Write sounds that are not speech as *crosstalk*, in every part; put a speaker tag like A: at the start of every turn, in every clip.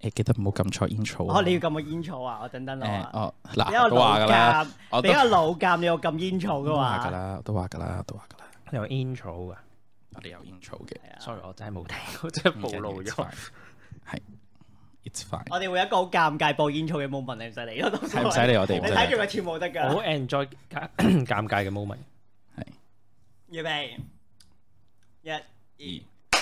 A: 誒記得唔好撳錯 intro 啊。
B: 哦，你要撳個煙草啊！我等等我
A: 誒
B: 啊，
A: 哦
B: 比較
A: 嗱都
B: 老
A: 話㗎啦，
B: 鑑，
A: 我
B: 比
A: 都
B: 較老鑑，你要撳煙草嘅
A: 都話㗎
B: 話，
A: 啦，都話㗎啦，都話㗎啦。
C: 有 intro 噶
B: 啊
A: 我哋有 intro 嘅，
B: 係啊
C: ，sorry 我真係冇聽，我 *laughs* 真係暴露咗。。
A: 係，it's fine。
B: 我哋會有一個好尷尬播煙草嘅 moment，你唔使嚟咯，到時
A: 係唔使理我哋，唔
B: 你
A: 使
B: 睇
A: 理
B: 住佢跳舞得
C: 我好
B: 㗎。
C: enjoy *coughs* 尷尷尬嘅 moment。
B: 預備，一、二，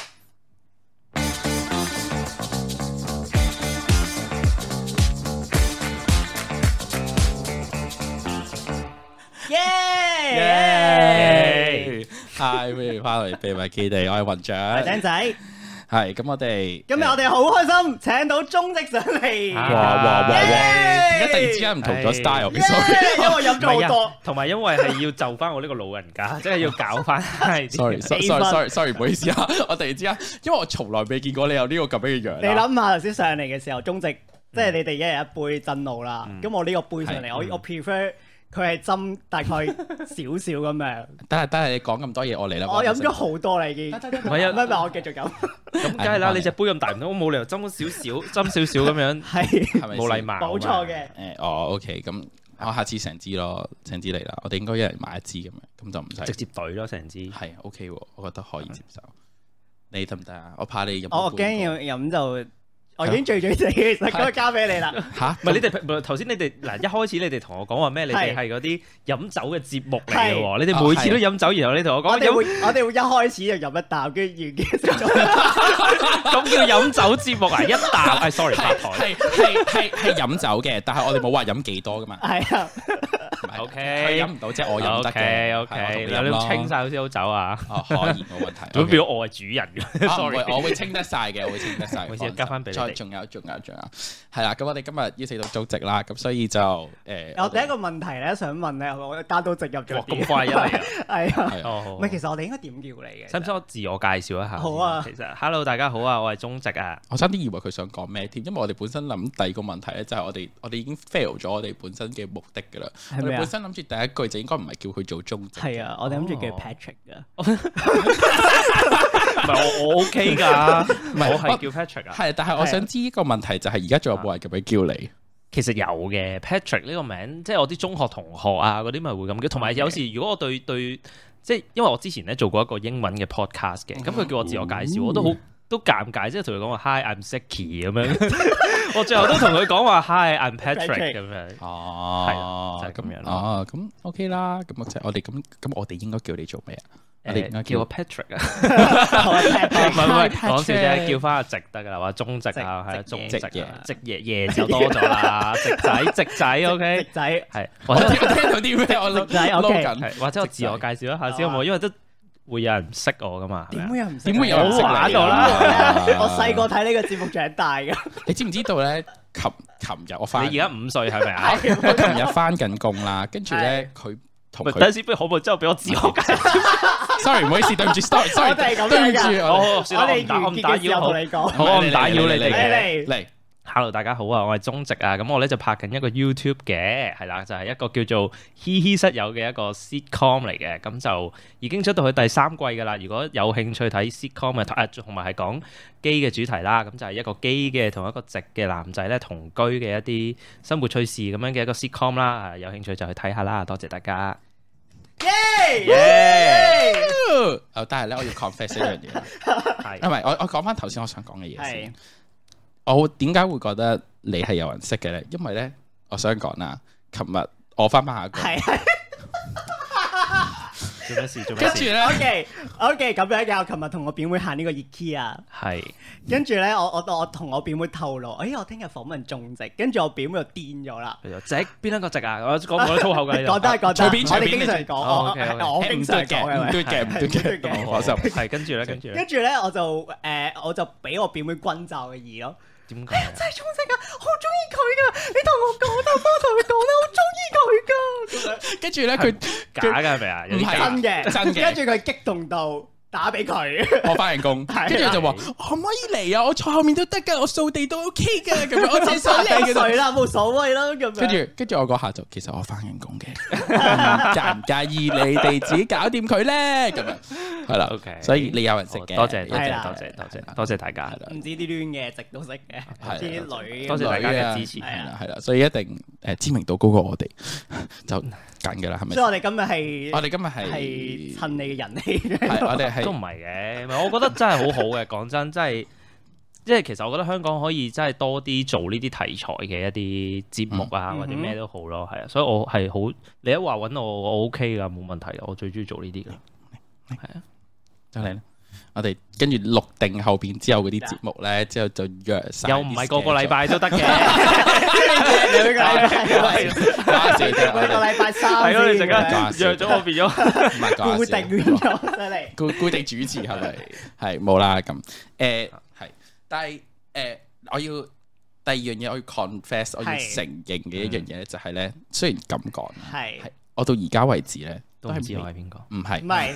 B: 耶！
A: 耶！Hi，歡迎翻嚟秘密基地，我係雲
B: 大
A: 長。
B: 井仔，
A: 係咁，我哋
B: 今日我哋好開心，請到鐘迪上嚟。
A: 哇哇哇哇！點解突然之間唔同咗
C: 係
A: style 嘅 sorry。
B: 耶因為我飲
C: 唔係
B: 咗好多
C: 啊。，同埋因為係要就翻我呢個老人家，即 *laughs* 係要搞翻。
A: sorry sorry
B: 氣氛
A: sorry sorry，唔好意思啊！我突然之間，因為我從來未見過你有呢個咁樣嘅樣啦。
B: 你諗下頭先上嚟嘅時候，中直即係你哋一人一杯震怒啦。
C: 嗯
B: 咁我呢個杯上嚟，
A: 係
B: 我我 prefer 佢係斟大概少少咁
C: *laughs*
B: 樣。
A: 得啦得啦，你講咁多嘢，我嚟啦。
B: 我飲咗好多啦已經。唔
C: 唔係
B: 係唔
C: 啊，
B: 係，我繼
C: *laughs*
B: 續飲。
C: 咁梗係啦，你隻杯咁大唔通，我冇理由斟
A: *laughs*
C: 少少，斟少少咁樣
B: 係
A: 係咪先
C: 冇禮貌啊嘛。
B: 冇錯嘅。
A: 誒，哦，OK，咁
C: 啊
A: 我下次成支咯，成支嚟啦。我哋應該一人買一支咁樣，咁就唔
C: 直
A: 使。
C: 接啊懟咯成支。
A: 係 OK 喎，我覺得可以接受。你得唔得啊？我怕你飲。
B: 我
C: 哦
B: 我驚要飲就，我已經醉醉地，其實該交俾你啦。
A: 嚇，
C: 唔係你哋平唔係頭先你哋嗱一開始你哋同我講話咩？你哋係嗰啲飲酒嘅節目嚟嘅喎，你哋每次
A: 哦
C: 都飲酒，然後你 *laughs* 同我
B: 我
C: 講
B: 哋
C: 飲
B: 會我哋會一開始就飲一啖，跟住完結咗。
C: *laughs* 咁叫飲酒節目啊！一啖，哎，sorry 拍台。
A: 係係係係飲酒嘅，但係我哋冇話飲幾多噶嘛。
B: 係啊，
A: 唔係
C: *laughs* OK
A: 佢飲唔到即係我飲得
C: O
A: 嘅。
C: K
A: 係
C: O K，
A: 我同你
C: 你
A: 飲
C: 要
A: 咯
C: 清晒好似好酒啊！
A: *laughs* 哦，可以冇問題。
C: *laughs* 咁
A: OK
C: 變咗我係主人嘅
A: 啊唔
C: *laughs* ，sorry 哦
A: 會。我會清得晒嘅，我會清得晒。
C: 我
A: 放
C: 先
A: 心
C: 交返俾你哋
A: 再仲有，仲有，仲有，係啦。咁我哋今日邀請到祖籍啦，咁所以就誒，
C: 哦
B: 我第一個問題咧想問咧，我單刀直入咗
C: 哇，
B: 啲
C: 咁快一嚟啊！
B: 係啊，
A: 係啊
C: 哦，
B: 唔係其實我哋應該點叫你嘅？
C: 使唔使我自我介紹一下？
B: 好啊
C: 其實 Hello 大家好啊，我係鍾
A: *laughs*
C: 植啊。
A: 我差啲以為佢想講咩添，因為我哋本身諗第二個問題咧，就係我哋我哋已經 fail 咗我哋本身嘅目的㗎啦。我
B: 係咪
A: 哋
B: 啊
A: 本？身諗住第一句就應該唔係叫佢做中職，
B: 係啊，我哋諗住叫
C: 哦
B: Patrick *laughs* 噶。
C: 唔係我我 OK *laughs* 㗎，
A: 係
C: 我係叫 Patrick 啊。
A: 係，但係我想知呢個問題就係而家仲有冇人咁樣叫你？
C: 其實有嘅 Patrick 呢個名，即係我啲中學同學啊嗰啲咪會咁叫，同埋有時如果我對對，即係因為我之前咧做過一個英文嘅 podcast
A: 嗯
C: 嘅，咁佢叫我自我介紹，我都
A: 哦
C: 好都尷尬，即係同佢講話 Hi I'm Siki 咁樣， *laughs* 我最後都同佢講話 Hi I'm Patrick
B: Patrick
C: 咁樣，
A: 哦
C: 係啊就係咁樣咯
A: 哦，咁 OK 啦，咁我就我哋咁咁，我哋應該叫你做咩啊？我哋應該
C: 誒叫我 Patrick 啊，
B: 好啊
C: 唔係
B: ，Patrick *laughs*
C: 唔係
A: Hi，
C: 講笑啫，
A: Patrick
C: 叫翻阿直得噶啦，話中直啊，
B: 直
C: 係啊
B: 直
C: 中
B: 爺
C: 直
A: 直爺
C: 啊，直爺爺就多 *laughs* 咗啦，直仔直仔 OK
B: 直仔。
C: 係
A: 我
C: 或者
A: 聽。我聽到啲咩？我
B: 直仔
A: 撈
B: OK
A: 撈緊。
C: 係或者我自我介紹一下先好冇？因為都會有人唔識我噶嘛。係
B: 點
C: 咪啊
B: 會有唔
A: 點會有人識
C: 好玩
A: 你
C: 到
A: 啊
B: 啦？我細個睇呢個節目長大嘅，
A: 你知唔知道咧？琴琴日我翻，
C: 你而家五歲 *laughs* 係咪啊？
A: 我琴日翻緊工啦，跟住咧佢同
C: 喂
A: 佢
C: 等陣先，不如可唔可以之後俾我自我介紹？
A: sorry，唔好意思，對唔住，sorry
B: 我
A: sorry，
B: 哋係咁樣㗎
A: 對唔住，我
C: 好，
B: 我
C: 算 *laughs* 啦，我
B: 哋
C: 唔打，我
B: 完
C: 唔
B: 結
C: 打
B: 嘅時
C: 擾。
B: 候
C: 好
B: 同你講，
C: 好，我唔打擾你哋嘅。
B: 嚟嚟
A: 嚟
C: Hello，大家好啊，我係鍾植啊。咁我咧就拍緊一個 YouTube 嘅，係啦，就係一個叫做《嘻嘻室友》嘅一個 sitcom 嚟嘅。咁就已經出到去第三季噶啦。如果有興趣睇 sitcom 嘅，啊，同埋係講基嘅主題啦。咁就係一個基嘅同一個直嘅男仔咧同居嘅一啲生活趣事咁樣嘅一個 sitcom 啦。啊有興趣就去睇下啦。多謝大家。
B: 耶！
A: 哦但係咧，我要 confess 一樣嘢，
B: *laughs*
A: 唔
C: 係
A: 係我我講翻頭先我想講嘅嘢
B: 係
A: 先。我點解會覺得你係有人識嘅咧？因為咧，我想講啦，琴日我翻班下工，
B: 係係
C: 做咩事？做
B: *laughs*
C: 咩
A: 跟住
C: 事？
A: 咧，
B: OK OK 咁樣嘅。我琴日同我表妹行呢個 IKEA，
C: 係
B: 跟住咧我我我同我表妹透露，哎我聽日訪問種植，跟住我表妹就癲咗啦。
C: 佢就直邊一個直啊？我講唔講得粗口㗎？
B: 講得係講得，
A: 隨便
B: 我
A: 隨
B: 哋
A: 便
B: 經常講，我我我經
A: 唔
B: 常
A: 對嘅，唔
B: 講
A: 對嘅，唔對嘅，
B: 係
A: 咁
C: 好
A: 我心。
C: 哦係跟住咧，跟住
B: *laughs*
C: 咧
B: 跟住咧我就誒我就俾我表妹轟炸嘅意咯。
C: 點講啊？
B: 真係中式啊！我好中意佢噶，你同我講得，我同佢講啦，我中意佢噶。
A: 跟住咧，佢
C: 假㗎係咪啊？有啲
A: 唔係
C: 假
B: 真
A: 真
B: 嘅，
A: 嘅
B: 跟住佢激動到打俾佢，
A: 我翻人工，
B: 係啊
A: 跟住就話可唔可以嚟啊？我坐後面都得噶，我掃地都 OK 噶，咁樣我
B: 就
A: 借
B: *laughs* 想
A: 掃
B: 你
A: 地嗰度。
B: 水啦，冇所謂啦，咁樣。
A: 跟住跟住我嗰下就其實我翻緊工
B: *laughs*
A: 嘅，唔介唔介意你哋自己搞掂佢咧？咁樣係啦
C: OK
A: 所以你有人食
C: 好
A: 嘅，
C: 多謝多
B: 係
C: 謝
B: 啦
C: 多謝多謝多謝大家，
A: 係啦
B: 唔止啲攣嘅，直都識嘅，
A: 係
B: 啲女
C: 多謝大家嘅支持
A: 係
B: 啊
A: 啦係啦，所以一定誒知名度高過我哋 *laughs* 就緊噶啦，係咪
B: 所以？我哋今日係
A: 我哋今日係
B: 係趁你嘅人氣
A: 係
B: 嘅，
A: 我哋
C: *laughs* 都
A: 係
C: 唔係嘅，唔係我覺得真係好好嘅，講真，真係。即係其實我覺得香港可以真係多啲做呢啲題材嘅一啲節目啊，
B: 嗯
C: 或者咩都好咯，係啊，所以我係好你一話揾我，我 OK 噶，冇問題噶，我最中意做呢啲噶。
A: 就嚟啦。我哋跟住錄定後邊之後嗰啲節目咧，之後就約晒啲 schedule。
C: 又唔係個個禮拜都得嘅，
B: 每個禮拜 *laughs*
A: 啊關事啫，我
B: 每個
A: 哋
B: 禮拜三
C: *laughs* 係咯，你
B: 先嘅，
C: 陣間約咗我變咗。
A: 唔係關
B: *laughs* 固
A: 事
B: 定咗犀利。
A: 固固定主持係
B: *laughs*
A: 咪？係冇啦咁誒係，但係誒、我要第二樣嘢我要 confess，我要
B: 係
A: 承認嘅一樣
C: 嗯
A: 嘢就係咧，雖然咁講，
B: 係
A: 係我到而家為止咧
C: 都唔知啊我係邊個。
A: 唔係
B: 唔，係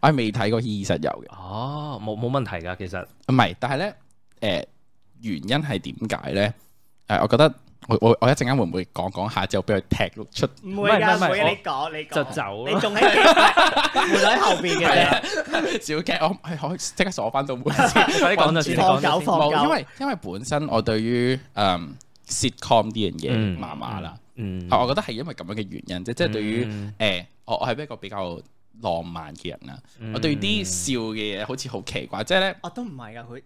A: 我係未睇過《醫實有》嘅，
C: 哦，冇冇問題㗎，其實
A: 唔係，但係咧誒原因係點解咧？誒、我覺得我我我一陣間會唔會講講下之後俾佢踢出？
B: 唔會㗎，
C: 唔係
B: 唔
C: 唔係
B: 會㗎，
C: 我
B: 你講你講
C: 就走啦
B: 你仲喺門喺後邊嘅
C: 啊
B: 啫。
A: *laughs* 小 K，我係可以即刻鎖翻到門先。
C: *laughs* 快啲講
A: ờ,
C: 咗先，你講
B: 放
C: 咗
B: 狗
C: 先。
A: *laughs*
B: 放
A: 冇，因
B: 狗，
A: 為因為本身我對於誒 sitcom 呢樣嘢
C: 嗯
A: 麻麻啦，
C: 嗯，
A: 啊我覺得係因為咁樣嘅原因啫，即係對於誒我我係一個比較浪漫嘅人啦，
C: 嗯
A: 我對於啲笑嘅嘢好似好奇怪，即係咧
B: 我都唔係㗎，佢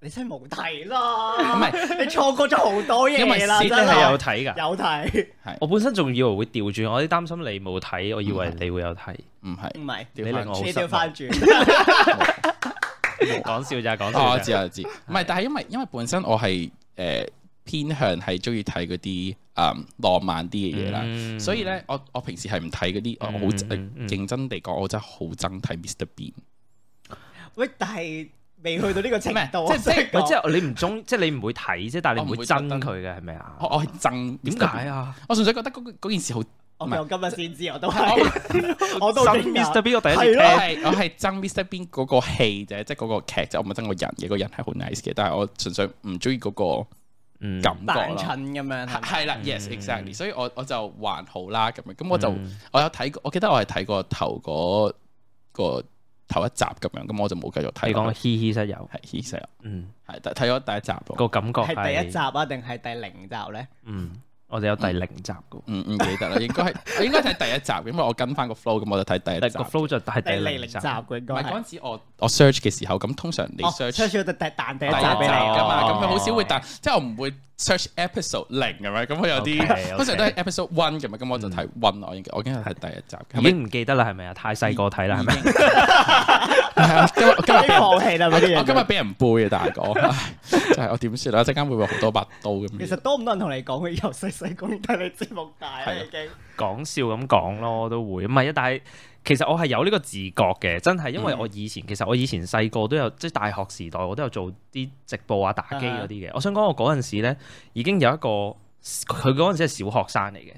B: 你真係冇睇啦，
A: 唔係
B: 你錯過咗好多
A: 因為
B: 嘢啦，
A: 先
B: 真
A: 咧
C: 係
B: 係
C: 有睇㗎。
B: 有睇，
C: 我本身仲以為會調轉，我啲擔心你冇睇，我以為你會有睇。
A: 唔係
B: 唔係
C: 你令我好
B: 你
C: 失
B: 調
C: 望。
B: 翻轉，
C: *laughs* 講笑咋，講
A: 哦我
C: 笑
A: 知
C: 咋。
A: 我知，唔係但係因為因為本身我係誒偏向係中意睇嗰啲誒浪漫啲嘅嘢啦。
C: 嗯
A: 所以咧，我我平時係唔睇嗰啲，我我好
C: 嗯嗯嗯
A: 認真地講，我真係好憎睇 Mr Bean。
B: 喂，但係未去到呢個程
A: 唔
B: 度，
A: 係即係
B: 係
C: 唔係即係你唔中， *laughs* 即係你唔會睇啫，但係你唔會憎佢嘅，係咪啊？
A: 我我係憎
C: 點
A: Mr.
C: 解
A: Bean，
C: 啊？
A: 我純粹覺得嗰嗰件事好
B: 我
A: 唔係
B: 我今日先知，我都
A: 我
B: 係，我都
C: 憎
B: 驚
C: Mr. B，我第一次
B: 係
A: 我
B: 咯
C: 聽。
A: 係我係憎 Mr Bean 嗰個戲啫，即係嗰個劇啫，我唔係憎個人嘅，個人係好 nice 嘅，但係我純粹唔中意嗰個
C: 嗯
A: 感覺
B: 扮
A: 啦。
B: 襯咁
A: 係
B: 樣係咪，
A: 係啦
C: 嗯
A: ，yes exactly，所以我我就還好啦咁樣，咁我就
C: 嗯
A: 我有睇過，我記得我係睇過頭嗰個頭一集咁樣，咁我就冇繼續睇。
C: 你講嘻嘻室友，
A: 係 h e
C: 嗯，
A: 係睇睇咗第一集咯，
C: 個感覺
B: 係
C: 係
B: 第一集，啊，定係第零集咧？
C: 嗯，我哋有第零集嘅喎，
A: 唔唔嗯記得啦，應該係 *laughs* 我應該睇第一集，因為我跟翻個 flow，咁我就睇第一
C: 但
A: 集
C: 個。flow 就係
B: 第
C: 第
B: 零
C: 零
B: 集
C: 集。
B: 嘅應
A: 唔
B: 該
A: 係
B: 係
A: 嗰。陣時我我 search 嘅時候，咁通常你
B: 哦
A: search
B: search 咗第第彈
A: 第
B: 第一
A: 一集
B: 集俾
A: 㗎
B: 你
A: 嘛，
C: 哦
A: 咁佢好少會彈，即係我唔會 search episode 零咁樣，咁佢有
C: OK，OK 嗯
A: 啲通常都係 episode one 咁樣，咁我就睇 one，我應該我應該係睇第一集，係
C: 已
A: 咪？
C: 經唔記得啦，係咪啊？太細個睇啦，係咪？
A: 係啊，今日今日
B: 已經放棄啦，嗰啲
A: 俾人我今日
B: 嘢。
A: 俾人背啊，大哥，唉真係我點算啊？一陣間會唔會好多把刀咁
B: 其
A: 樣？
B: 實多唔多人同你講，佢由細細個已經睇你節目大啦，
A: 係啊
B: 已經。
C: 講笑咁講咯，都會唔係啊？但係其實我係有呢個自覺嘅，真係因為
A: 嗯
C: 我以前其實我以前細個都有，即係大學時代我都有做啲直播啊、打機嗰啲嘅。我想講我嗰陣時咧已經有一個佢嗰陣時係小學生嚟嘅，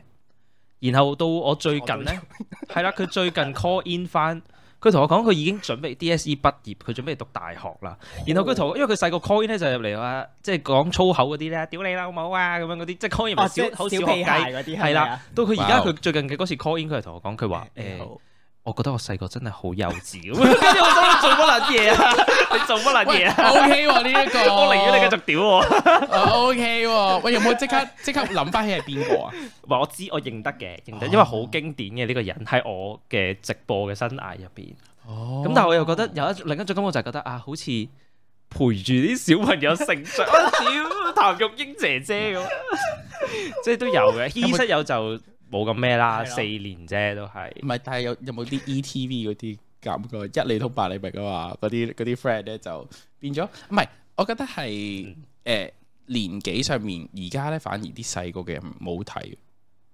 C: 然後到我最
B: 哦
C: 近咧係啦，佢最近 call in 翻。佢同我講，佢已經準備 DSE 畢業，佢準備讀大學啦。
B: 哦
C: 然後佢同我，因為佢細個 call in 咧就入嚟話，即係講粗口嗰啲咧，屌你老母啊咁樣嗰啲，即係 call in 咪
B: 哦，即
C: 小
B: 係
C: 好
B: 小
C: 小
B: 屁
C: 學雞
B: 孩嗰啲
C: 係
B: 係
C: 啦
B: 啦。，
C: 到佢而家
A: 哇
C: 佢最近嘅嗰次 call in，佢係同我講，佢話
B: 誒
C: 誒，我覺得我細個真係好幼稚咁。跟住我心諗做乜撚嘢啊？ *laughs* 你做乜撚
A: 喂
C: 嘢啊？
A: ，OK 喎呢一個，
C: *laughs* 我寧願你繼續屌我。
A: 續 OK 喎。喂，有冇即刻即刻諗翻起係邊個啊？
C: 唔係我知我認得嘅，認得，因為好經典嘅呢個人喺我嘅直播嘅生涯入邊。
A: 哦
C: 咁但係我又覺得有一另一種感覺就係覺得啊，好似陪住啲小朋友成 *laughs* 長。我屌，譚玉英姐 *laughs* 姐咁，即係都有嘅。
A: 有
C: 醫
A: 冇
C: 室友就冇咁咩啦，
B: 係咯
C: 四年啫都係。
A: 唔係，但係有有冇啲 ETV 嗰啲咁嘅一理通百理明啊嘛？嗰啲嗰啲 friend 咧就變咗，唔係，我覺得係誒、
B: 嗯
A: 呃年紀上面，而家咧反而啲細個嘅人冇睇，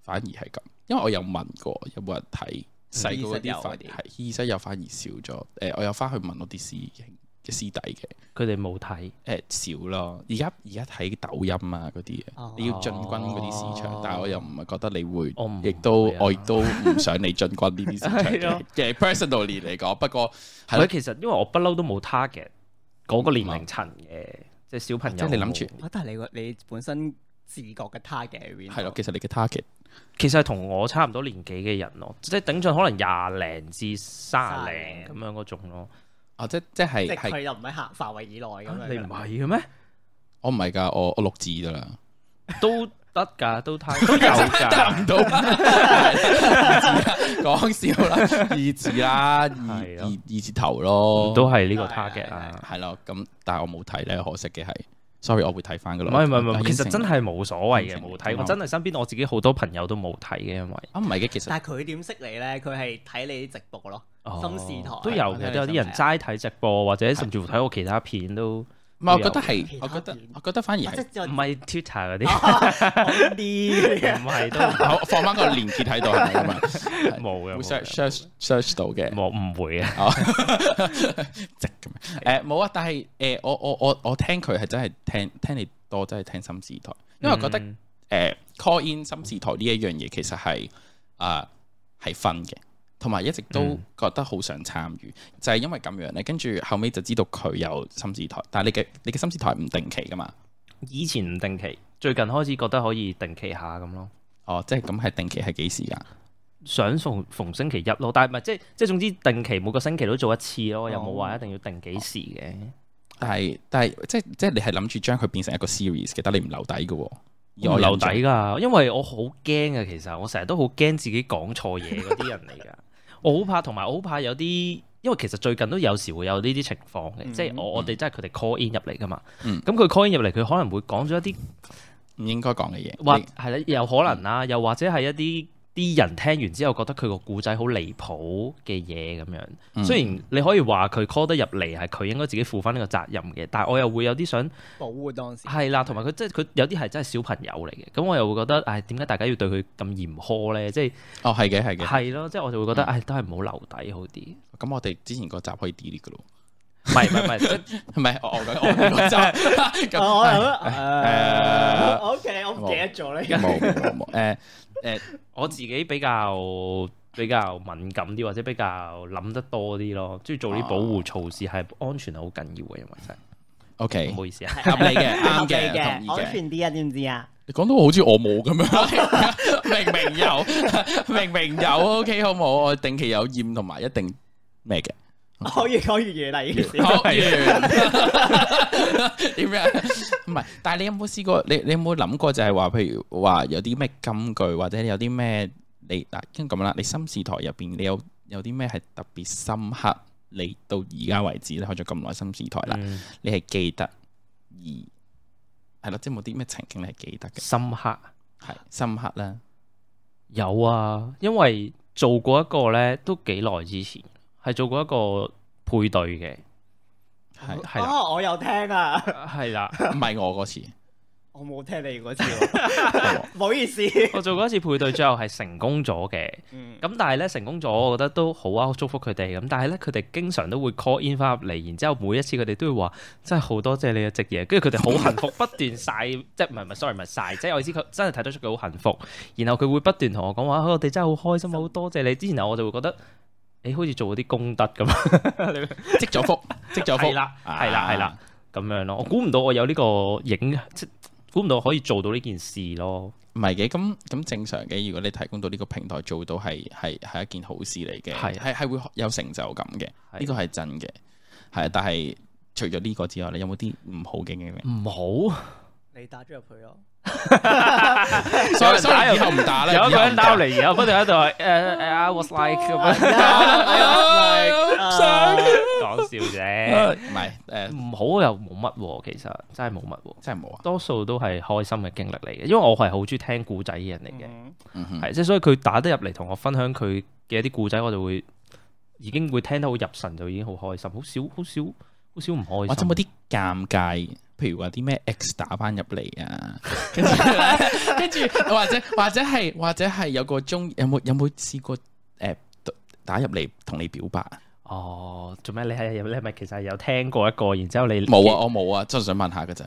A: 反而係咁，因為我有問過有冇人
B: 嗯
A: 睇細個嗰
B: 醫室友
A: 啲反而
B: 嗰啲
A: 係醫生又反而少咗。誒、我有翻去問我啲師兄嘅師弟嘅。
C: 佢哋冇睇，
A: 誒少咯，而家而家睇抖音啊嗰啲
B: 哦
A: 嘢，你要進軍嗰啲市場，但係我又唔係覺得你會
C: 我唔，
A: 亦都
C: 係啊
A: 我亦都唔想你進軍呢啲市場
C: *laughs* 係啊
A: 嘅嘅 personally 嚟講。不過係
C: 佢
A: 咯，
C: 其實因為我不嬲都冇 target 嗰個年齡層嘅，即係小朋友。
A: 即係你諗住，
B: 啊，但係你個你本身自覺嘅 target 係
A: 係咯，，其實你嘅 target
C: 其實係同我差唔多年紀嘅人咯，即係頂盡可能廿零至三零咁樣嗰種咯。
A: 啊，即即
B: 即
A: 係
B: 係
A: 係
B: 佢又唔喺範範圍以內咁
C: 啊
B: 樣。
C: 你唔係嘅咩？
A: 我唔係㗎，我我六字㗎啦，
C: *laughs* 都得㗎，都睇 *laughs* 都有㗎。
A: 唔到 *laughs* 啊講笑啦，二字啦，二
C: 係啊咯
A: 二二字頭咯，
C: 都係呢個
B: 係係
C: target 啊！
A: 係咯。咁但係我冇睇咧，可惜嘅係，sorry，我會睇翻㗎
C: 唔
A: 啦。
C: 係唔係唔
A: 但
C: 係，
A: 已
C: 其
A: 經
C: 實
A: 成
C: 真係冇所謂嘅，
A: 應承
C: 冇
A: 咗
C: 睇。
A: 嘛
C: 我真係身邊我自己好多朋友都冇睇嘅，因為
A: 啊唔係嘅，其實
B: 但係佢點識你咧？佢係睇你直播咯，
C: 哦
B: 心視台
C: 都有
A: 係
C: 嘅，
A: 係
C: 都有啲人齋睇直播，或者甚至乎睇我其他片都
A: 唔係，我
C: 都
A: 覺
C: 有
A: 得係
B: 其，
A: 我
B: 他
A: 覺得
B: 片
A: 我覺得反
C: *laughs*
A: 而
B: 啊即
A: 係
B: 係就
C: 唔係哦 Twitter 嗰 *laughs* 啲，
B: 啲
C: 唔係都
A: 好放翻個連結喺度係咪咁啊？係
C: *laughs* 冇嘅
A: 會
C: 冇
A: search
C: 嘅，
A: search search 到嘅，
C: 冇誤會啊 *laughs* 嘅。
A: *laughs* 直啊咁樣。誒冇啊，但係誒我我我我聽佢係真係聽聽你多，真係聽心事台，因為我覺得
C: 嗯
A: 誒 call in 心事台呢一樣嘢其實係啊係分嘅。同埋一直都
C: 嗯
A: 覺得好想參與，就係因為咁樣咧，跟住後尾就知道佢有心事台，但係你嘅你嘅心事台唔定期噶嘛，
C: 以前唔定期，最近開始覺得可以定期下咁咯。
A: 哦，即係咁係定期係幾時㗎？
C: 想逢逢星期一咯，但係唔係即係即係總之定期每個星期都做一次
A: 哦
C: 咯，又冇話一定要定幾時嘅。
A: 但係但係即係即係你係諗住將佢變成一個 series 嘅，但你唔留底嘅喎。以
C: 我
A: 我
C: 留
A: 印
C: 底
A: 象
C: 㗎，因為我好驚嘅，其實我成日都好驚自己講錯嘢嗰啲人嚟㗎。 *laughs* 我好怕，同埋我好怕有啲，因為其實最近都有時會有呢啲情況嘅，即係我我哋真係佢哋 call in 入嚟㗎嘛。
A: 嗯
C: 咁佢 call in 入嚟，佢可能會講咗一啲
A: 唔應該講嘅嘢。
C: 或
A: 你嗯
C: 係啦，有可能啦，又或者係一啲啲人聽完之後覺得佢個故仔好離譜嘅嘢咁樣。
A: 嗯
C: 雖然你可以話佢 call 得入嚟係佢應該自己負翻呢個責任嘅，但係我又會有啲想
B: *laughs* 保護當時。
C: 係啦，同埋佢即係佢有啲係真係小朋友嚟嘅，咁我又會覺得，唉，點解大家要對佢咁嚴苛咧？即係
A: 哦係嘅係嘅，
C: 係咯，即係我就會覺
A: 嗯
C: 得，唉，都係唔好留底好啲。
A: 咁我哋之前嗰集可以 delete 嘅咯，
C: 唔係唔係唔
A: *laughs*
C: 係，即
A: 係咪？我我我我嗰集
B: *laughs*
A: 咁
B: 我
A: 係
B: 誒，OK，我唔記得咗咧。
A: 冇冇冇誒誒
C: 我自己比較比較敏感啲，或者比較諗得多啲咯，即係做啲保護措施係安全係好緊要嘅，因為真係
A: OK
C: 唔好意思啊。
A: 合理嘅
B: *laughs* 合
A: 啱
B: 理
A: 嘅同意
B: 嘅，安
A: 嘅。
B: 全啲啊，知唔知啊？
A: 你講到好似我冇咁樣， *laughs* 明明有明明有 OK 好冇？我定期有驗同埋一定咩嘅。
B: *laughs* 我越講越遠啦，已經。 *laughs*
A: 好完 *laughs* 點樣？唔係，但係你有冇試過？你你有冇諗過就係話，譬如話有啲咩金句，或者有啲咩你嗱，跟咁啦，你心事台入邊，你有有啲咩係特別深刻？你到而家為止，你開咗咁耐心事台啦，
C: 嗯
A: 你係記得而係咯，即係冇啲咩情景你係記得嘅，
C: 深刻
A: 係深刻啦。
C: 有啊，因為做過一個咧都幾耐之前，係做過一個配對嘅，
A: 係
C: 係啦，
B: 哦，我有聽
C: *laughs*
B: 啊，
C: 係啦。
A: 唔係我嗰次？
B: 我冇聽你嗰次喎， *laughs* 唔好意思。
C: 我做過一次配對，最後係成功咗嘅。
B: 嗯
C: 咁但係咧成功咗，我覺得都好啊，祝福佢哋。咁但係咧，佢哋經常都會 call in 翻入嚟，然之後每一次佢哋都會話，真係好多謝你嘅職嘢。跟住佢哋好幸福，不斷晒， *laughs* 即係唔係唔係，sorry 唔係晒，即係我意思佢真係睇得出佢好幸福。然後佢會不斷同我講話，啊我哋真係好開心啊，好多謝你。之前我就會覺得。你好似做咗啲功德咁， *laughs*
A: 積咗福，積咗福，
C: 係啦
A: 啊
C: 係啦係啦，咁樣咯。我估唔到我有呢個影，即估唔到可以做到呢件事咯。
A: 唔係嘅，咁咁正常嘅。如果你提供到呢個平台做到係係係一件好事嚟嘅，
C: 係
A: 係係會有成就感嘅，
C: 係
A: 呢個係真嘅。係，但係除咗呢個之外，你有冇啲唔好嘅經
C: *laughs*
A: 歷
C: 唔好。
B: 你打咗入去咯，
A: 所以所
C: 打入
A: 以以後唔打啦，
C: 有一個人
A: 以
C: 打
A: 後唔
C: 嚟，然後不斷喺度誒誒，I was like 咁樣
B: 哎
A: *laughs*
C: *laughs*
B: 啊
C: 講笑啫，
A: 唔係誒，
C: 唔好又冇乜喎，其實真係冇乜喎，
A: 真係冇啊。
C: 多數都係開心嘅經歷嚟嘅，因為我係好中意聽故仔嘅人嚟嘅，
B: 嗯
A: 嗯哼
C: 係即係所以佢打得入嚟同我分享佢嘅一啲故仔，我就會已經會聽得好入神，就已經好開心，好少好少好少唔
A: 或者
C: 開心
A: 冇。啲尷尬，譬如話啲咩 X 打翻入嚟啊，跟住呢跟住或者或者係或者係有個中有冇有冇試過誒打入嚟同你表白啊？
C: 哦，做 *laughs* 咩？你係有你係咪其實係有聽過一個，然之後你
A: 冇啊，我冇啊，真係想問下嘅咋。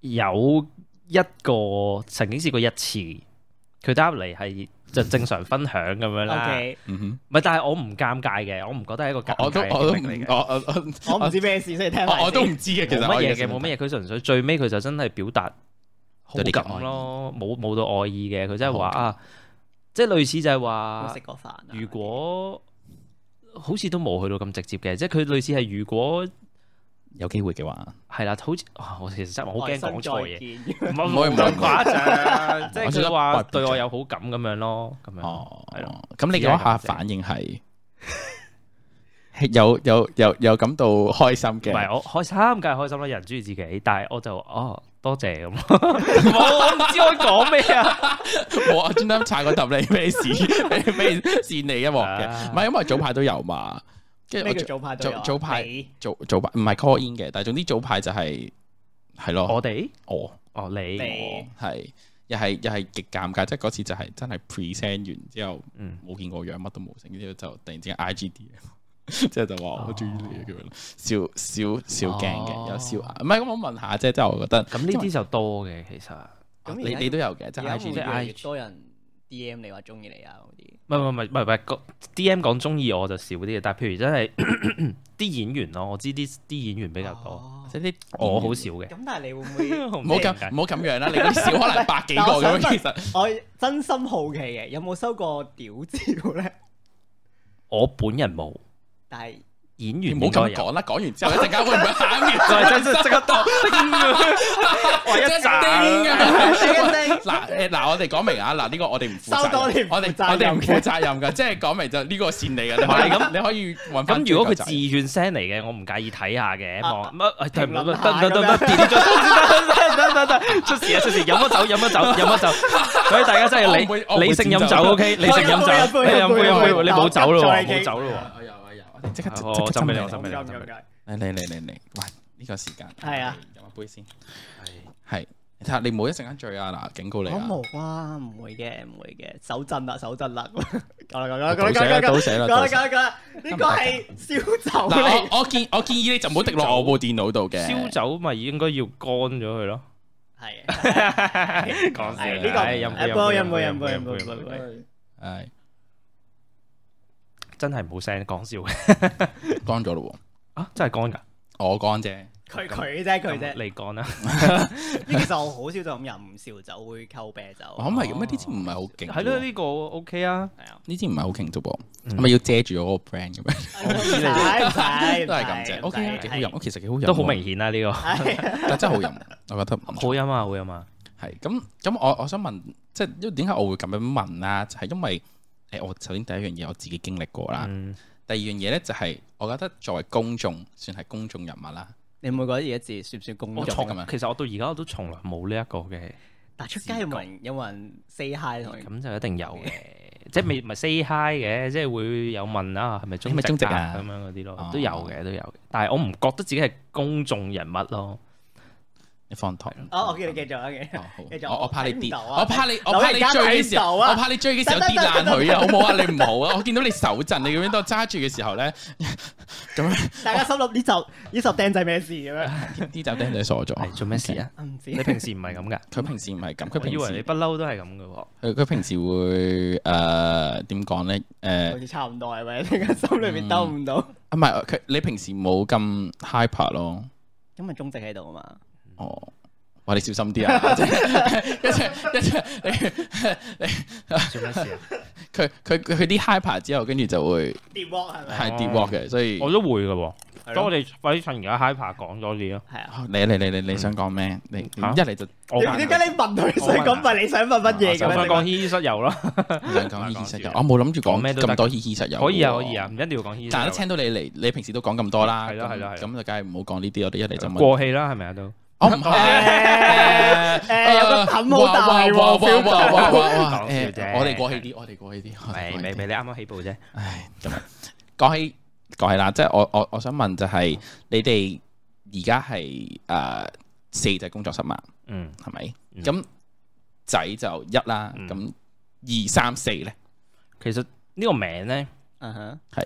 C: 有一個曾經試過一次，佢打入嚟係就正常分享咁樣啦。
B: OK，
A: 嗯
C: 唔係，但係我唔尷尬嘅，我唔覺得係一個尷
A: 哼，我都
C: 尬
A: 我都
C: 嘅
A: 唔
C: 經歷嚟，嘅。
A: 我我我
B: 我唔知咩事，所以聽埋
A: 我我都
B: 先
A: 唔知嘅，其實
C: 冇乜嘢嘅，冇
A: 嘢。
C: 乜嘢。佢純粹最尾佢就真係表達好
A: 有啲
C: 感
A: 愛意
C: 咯，冇冇到愛意嘅。佢真係話
A: 好感
C: 啊，即係類似就係
B: 冇
C: 話
B: 食，過飯啊。
C: 如果好似都冇去到咁直接嘅，即係佢類似係如果
A: 有機會嘅話，
C: 係啦，好似啊我其實真係我好驚講錯嘢。
B: 嘢。
C: 唔
A: 唔可以
C: 好
A: 唔
C: 咁
A: 可以
C: 誇張，即係
A: 我覺
C: 佢
A: 得
C: 話
A: 怪別
C: 對我
A: 咗
C: 有好感咁樣咯，咁樣
A: 哦，
C: 係咯，
A: 咁你
C: 只係
A: 嗰下
C: 咁啫
A: 反應係 *laughs* 係有有有有感到開心
C: 唔係
A: 嘅，
C: 我開心，梗係開心啦，人中意自己，但係我就哦多謝 *laughs* 咁，我我唔知我講咩啊，
A: *laughs* 我我專登踩個氹你
C: *laughs*
A: 咩事咩咩線你一鑊
C: 啊
A: 嘅，唔係因為早排都有嘛，跟住
B: 咩
A: 我
B: 叫早派對啊？
A: 早早派
B: 你
A: 早早排唔係 call in 嘅，但係總之早排就係係咯，
C: 我哋
A: 我
C: 哦你
B: 你
A: 係又係又係極尷尬，即係嗰次就係真係 present 完之後
C: 嗯
A: 冇見過樣，乜都冇整，之後就突然之間 IGD，即 *laughs* 係就話我中意你啊咁樣，笑笑笑鏡
C: 哦
A: 嘅，有笑眼唔係咁我問下啫，即係我覺得
C: 咁呢啲就多嘅其實，唔
A: 啊
B: 咁而
A: 你
B: 家
A: 你都有嘅，即
B: 而家
A: 係
B: 會
A: IG 即
B: 唔會越
A: 係
B: 嚟
A: I
B: 越多人 DM 你話中意你啊嗰啲？
C: 係唔係唔係唔係個 D M 講中意我就少啲嘅，但係譬如真係 *coughs* 啲演員咯，我知啲啲演員比較多，
B: 哦
A: 即係啲
C: 我好少嘅，
B: 咁但係你會唔
C: *laughs*
B: 會？
A: 唔好
C: 啊
A: 咁唔好咁樣啦，你嗰啲少可能百幾個咁
B: 但我想
A: 樣，
B: 問
A: 其實
B: 我真心好奇嘅，有冇收過屌照咧？
C: 我本人冇，
B: 但係
C: 演
A: 你
C: 員
A: 唔好
C: 應該
A: 咁
C: 有。
A: 講啦，講完之後一陣間會唔會喊完？ *laughs*
C: 就係即即刻當，哇一
A: 叮
C: 陣
A: 啊！
B: 叮一
A: *laughs* 嗱誒嗱，我哋講明啊，嗱呢個我哋唔負
B: 收到你
A: 責
B: 唔負責
A: 任，我哋我
B: 任
A: 哋唔負責任㗎，即係講明就呢個線你嘅，你可以
C: 唔係
A: *laughs*
C: 咁
A: 你可以揾翻。
C: 咁如果佢自願 send 嚟嘅，我唔介意睇下嘅，
B: 啊
C: 望乜？哎唔
B: 評
C: 得
B: 論
C: 得
B: 下
C: 得得得，
B: 咁樣
C: 跌咗得得得得得，出事啊出事！飲咗酒飲咗酒飲咗酒，所以大家真
A: 我
C: 係
A: 唔會我唔
C: 理
A: 會
C: 理性飲酒
A: 斟酒
C: ，OK？理性飲
A: Dạ,
C: 酒，
B: 我
C: 你
B: 有
C: 飲
B: 杯有杯
C: 杯飲
B: 有
C: 杯，
B: 杯
C: 你冇酒咯
B: 我
C: 喎，
B: 已經
C: 冇酒咯喎。
A: 啊我有我有，我哋即刻
C: 我
A: 即刻
C: 斟俾你
A: 斟
C: 我斟
A: 俾
C: 俾你
B: 咁
C: 我斟
B: 咁
C: 俾
B: 咁，
A: 你嚟嚟嚟嚟，喂呢個時間
B: 係啊，
A: 飲一杯先。係，睇下你唔好一陣間醉啊！嗱，警告你
B: 我
A: 啊！
B: 冇啊，唔會嘅，唔會嘅，手震啦，手震啦， *laughs* 夠啦夠啦夠
A: 倒
B: 啦
A: 寫啦，
B: 夠啦夠啦
A: 倒寫啦，
B: 夠啦
A: 倒
B: 夠
A: 寫
B: 啦夠啦，呢個係燒酒
A: 嗱，
B: 嚟，
A: 我我建我建議你就唔好滴落我部電腦度嘅。
C: 燒酒咪應該要乾咗佢咯。
B: 係
C: 講
A: 呢
B: 係呢
A: 個
B: 個
A: 唉飲杯
B: 誒波飲杯飲杯飲杯飲杯，
A: 係
C: 真係冇聲講笑嘅
A: 乾咗咯
C: 啊！真係乾㗎，
A: 喎，我乾啫。
B: 佢佢啫佢啫，
C: 咁你乾啦。
B: 呢其實我好少就咁飲燒酒，會溝啤酒，
A: 我唔係咁啊，呢支唔係好勁。
C: 係咯，，呢個 OK 啊。
B: 係啊，
A: 呢支唔係好勁啫噃，係咪要遮住我個 brand 咁樣？
B: 唔使唔
A: *laughs*
B: 使，
A: 都係咁啫。O K 啊，幾好飲，其實幾好飲，
C: 都好明，顯啦，呢個
B: 係
A: 但真係好飲，我覺得唔錯
C: 好飲啊，好飲啊，
A: 係咁咁，我我想問，即係因為點解我會咁樣問啦？就係、因為誒、我首先第一樣嘢我自己經歷過啦。
C: 嗯，
A: 第二樣嘢咧就係、我覺得作為公眾，算係公眾人物啦。
B: 你唔會覺得而家自己算唔算公
C: 我
A: 作
C: 從
A: 咁樣
C: 其實我到而家我都從來冇呢一個嘅，
B: 但出街有冇人有冇人 say hi 同佢？
C: 咁就一定有嘅，即係未唔係 say hi 嘅，即係會有問啊，係咪
A: 係咪
C: 中
A: 中籍
C: 籍啊
A: 啊
C: 咁樣嗰啲咯
A: 哦，
C: 都有嘅都有嘅，但係我唔覺得自己係公眾人物咯，
A: 你放台。
B: 哦，我叫你繼續啊嘅。
A: 哦好
B: 繼續
A: 我我怕你
B: 睇唔
A: 跌，
B: 到啊
A: 我怕你，我怕你
B: 老人家
A: 追嘅
B: 睇唔
A: 時候，
B: 到啊
A: 我怕你追嘅時候跌爛佢啊，好唔好啊？你唔好啊！我見到你手震，你咁樣都揸住嘅時候咧，咁樣
B: 大家心諗呢集呢集釘仔咩事咁樣？
A: 呢就釘仔傻
C: 係
A: 咗。
C: 做咩事啊？
B: 唔知
C: 你平時唔係咁噶，
A: 佢平時唔係咁，佢
C: 我以
A: 平
C: 為你
A: 時
C: 不嬲都係咁嘅喎，
A: 佢佢平時會誒點講咧？誒、
B: 好似差唔多係咪？突 *laughs* 然間心裏邊兜唔到，
A: 啊唔係佢，你平時冇咁 hyper 咯。
B: 因為中直喺度啊嘛。
A: 哦，哇！你小心啲啊！ *laughs* 即係一隻一隻，
C: 做咩 *laughs* 事啊？
A: 佢佢佢啲 hyper 之後，跟住就會
B: 跌鑊係咪？
A: 係跌落嘅，所以
C: 我都會嘅喎，
B: 係
C: 咁
B: 咯
C: 我哋快啲趁而家 hyper 講咗啲咯，
B: 係啊。
A: 啊你你你你你想講咩？你你一
C: 嚇
A: 嚟就
C: 我
B: 點解你問佢想講問你想問乜嘢
C: 我
B: 咁
C: 想講
B: 樣？
C: 依依室友啦，
A: 想
C: 講
A: 講
C: *laughs*
A: 依依實
C: 笑
A: 有，我冇諗住
C: 講
A: 講
C: 咩都得
A: 咁多依依實有。
C: 可以啊可以啊，。唔一定要講依依室
A: 但係
C: 友
A: 聽到你嚟，你平時都講咁多啦，
C: 係咯
A: 咁
C: 係咯係咯
A: 咁就梗係唔好講呢啲，我哋一嚟就
C: 啊，
A: 問。
C: 過氣啦係咪啊都？
A: 我唔
C: *laughs*
A: 係
B: 誒誒，有
A: *laughs*
B: 個氹好大
A: 哇哇哇
B: 喎，
A: 哇
B: 小
C: *laughs*
A: 哇哇哇哇！
C: 講笑
A: 誒
C: 啫
A: 我哋過氣啲，我哋過氣啲。我哋
C: 未
A: 過氣
C: 未
A: 啲
C: 未，你啱啱起步啫。
A: 唉，咁啊，講起講起啦，即係我我我想問就係、你哋而家係誒四隻工作室嘛，
C: 嗯，
A: 係咪？
C: 嗯
A: 咁、仔就一啦，
C: 嗯
A: 咁、二三四咧
C: 其實呢個名咧，
B: Uh-huh。嗯哼，
A: 係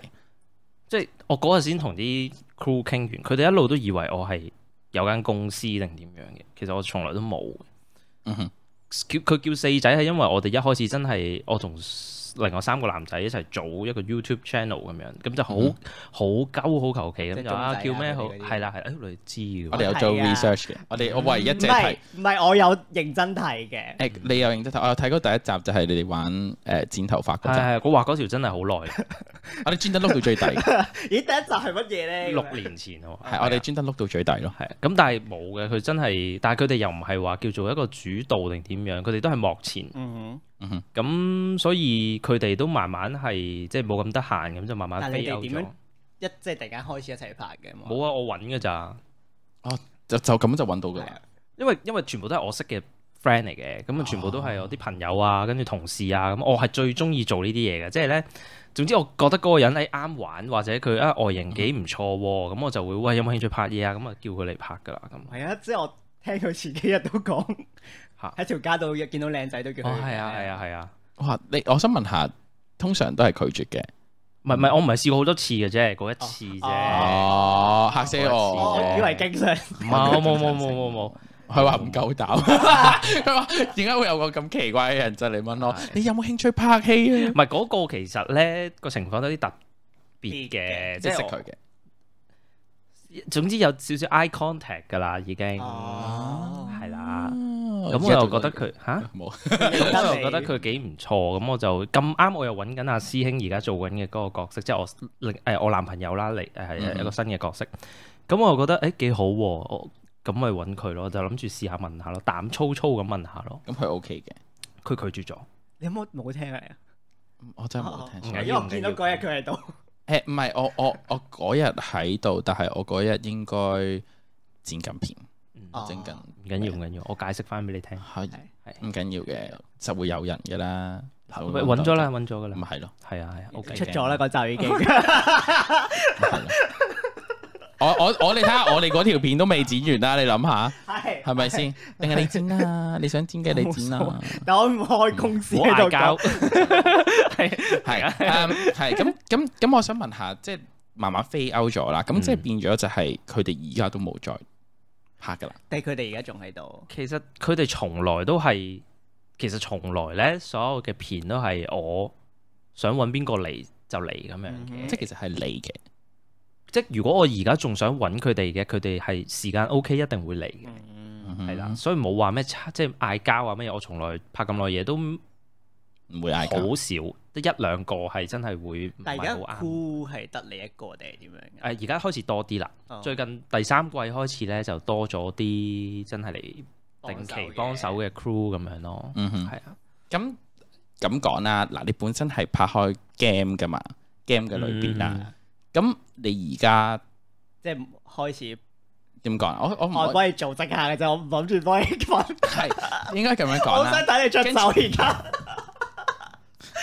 C: 即係我嗰日先同啲 crew 傾完，佢哋一路都以為我係有間公司定點樣嘅，其實我從來都冇。
A: 嗯哼
C: 叫佢叫四仔係因為我哋一開始真係我同 s- 另外三個男仔一齊組一個 YouTube channel 咁樣，咁就好
A: 嗯
C: 好鳩好求其
B: 即
C: 咁
B: 係
C: 就
B: 種
C: 啊
B: 仔
C: 叫
B: 啊
C: 咩好
B: 佢哋嗰啲
C: 係啦係啦，哎你知嘅
A: 我
C: 喎
A: 哋有做
B: 係啊嗯
A: research 嘅，我哋我唯一
B: 唔
A: 隻睇
B: 係唔係，我有認真睇嘅。
A: 誒，你有認真睇？我有睇過第一集，就係你哋玩誒剪頭髮嗰
C: 係
A: 集，
C: 係，我畫嗰條真係好耐，
B: *laughs*
A: 我哋專登碌到最底，係
B: 咦，第一集係啊乜嘢咧？
C: 六年前喎，係
A: 我哋專登碌到最底咯。
C: 係咁，但係冇嘅，佢真係，但係佢哋又唔係話叫做一個主導定點樣，佢哋都係幕前，
B: 嗯
C: 咁所以佢哋都慢慢係即係冇咁得閒，咁就慢慢
B: 但係
C: 飛
B: 你哋
C: out
B: 點
C: 咗
B: 樣。哼，一即係突然間開始一齊拍嘅嘛。
C: 冇啊，我揾㗎咋，
A: 就就咁就揾到噶
B: 係
A: 啦
B: 啊。
C: 因為因為全部都係我識嘅 friend 嚟嘅，咁啊全部都係我啲朋友啊，跟住同事啊，咁我係最中意做呢啲嘢嘅，即係咧。總之我覺得嗰個人係啱玩，或者佢啊外形幾唔錯喎，咁我就會喂有冇興趣拍嘢啊？咁啊叫佢嚟拍㗎啦，咁
B: 係啊，即係我聽佢前幾日都講，
C: 嚇
B: 喺條街度見到靚仔都叫佢。
C: 哦係啊係啊係啊。
A: 哇！你我想問下，通常都係拒絕嘅。
C: 唔係唔係，我唔係試過好多次嘅啫，嗰一次啫。
B: 哦
A: 哦，嚇死
B: 我，
A: 我！
B: 我以為經常。
A: *laughs*
C: 唔係，冇冇冇冇冇冇。
A: 佢話唔夠
C: *laughs*
A: 膽，佢話點解會有個咁奇怪嘅人就嚟問我
C: 係，
A: 你有冇興趣拍戲啊
C: 唔？係嗰個其實咧個情況都有啲特
B: 別
C: 別嘅，
A: 即
C: 即
A: 係識
C: 係
A: 佢嘅。
C: 我總之有少少 eye contact 㗎啦，已經
B: 哦
C: 係啦。
A: 咁
C: 啊咁我又覺得佢啊嚇，
A: 冇
C: *laughs* 咁我又覺得佢幾唔錯，咁我就咁啱，我又揾緊阿師兄而家做緊嘅嗰個角色，即係我另誒我男朋友啦，嚟誒
A: 嗯
C: 係一個新嘅角色。咁我又覺得誒幾好喎，我咁咪揾佢咯，就諗住試下問下咯，膽粗粗咁問下咯，
A: 咁佢 OK 嘅，
C: 佢拒絕咗。
B: 你有冇冇聽啊？
A: 我真係冇聽
B: 哦
A: 錯。
B: 因為我見到嗰日佢喺度。
A: 誒唔係，我我我嗰日喺度，但係我嗰日應該剪緊片，
C: 嗯
B: 哦
A: 整緊
C: 唔緊要，唔緊要，我解釋翻俾你聽。嗯
A: 係唔緊要嘅，就會有人嘅啦。就會
C: 揾咗啦，，揾咗噶啦
A: 咪，係咯，
C: 係啊係啊，OK
A: 嘅
B: 出
C: 嘅。
B: 咗啦，嗰集已經
A: 咪係咯我我我哋睇下，我哋嗰條片都未剪完啦，你諗下
B: 係
A: 係咪先？定係你剪啦？你想剪嘅你剪啦。
B: 但我唔開公司
C: 唔好
B: 喺度
C: 嗌
B: 講
C: 交， *laughs*
A: 係，嗯係咁咁咁，我想問下，即係慢慢飛 out 咗啦，咁即係
C: 嗯
A: 變咗就係佢哋而家都冇再拍噶啦。
B: 但係佢哋而家仲喺度。
C: 其實佢哋從來都係，其實從來咧，所有嘅片都係我想揾邊個嚟就嚟咁樣
B: 嗯
C: 嘅。
B: 哼
A: 即
C: 即
A: 係其實係你嘅，
C: 即如果我而家仲想揾佢哋嘅，佢哋係時間 OK 一定會嚟嘅，
B: 嗯
C: 係
A: Ừ.
C: 啦。所以冇話咩差即係嗌交啊咩嘢，我從來拍咁耐嘢都
A: 唔會嗌交。
C: 好少，得一兩個係真係會唔
B: 但係而家
C: 係好啱。
B: 酷係得你一個定係點樣
C: 誒而家開始多啲啦。
B: 㗎？
C: 最近第三季開始咧，就多咗啲真係嚟定期幫手
B: 嘅，
C: 嘅 crew 咁樣咯。
A: 嗯哼，
C: 係啊，
A: 咁咁講啦，嗱，你本身係拍開 game 噶嘛，game 嘅裏邊啦，咁、你而家
B: 即係開始
A: 點講啊？我我
B: 我
A: 唔
B: 幫你組織下嘅啫，我唔諗住幫你揾。
A: 係應該咁樣
B: 我
A: 講
B: 好想
A: 啦。
B: 睇你出手而家。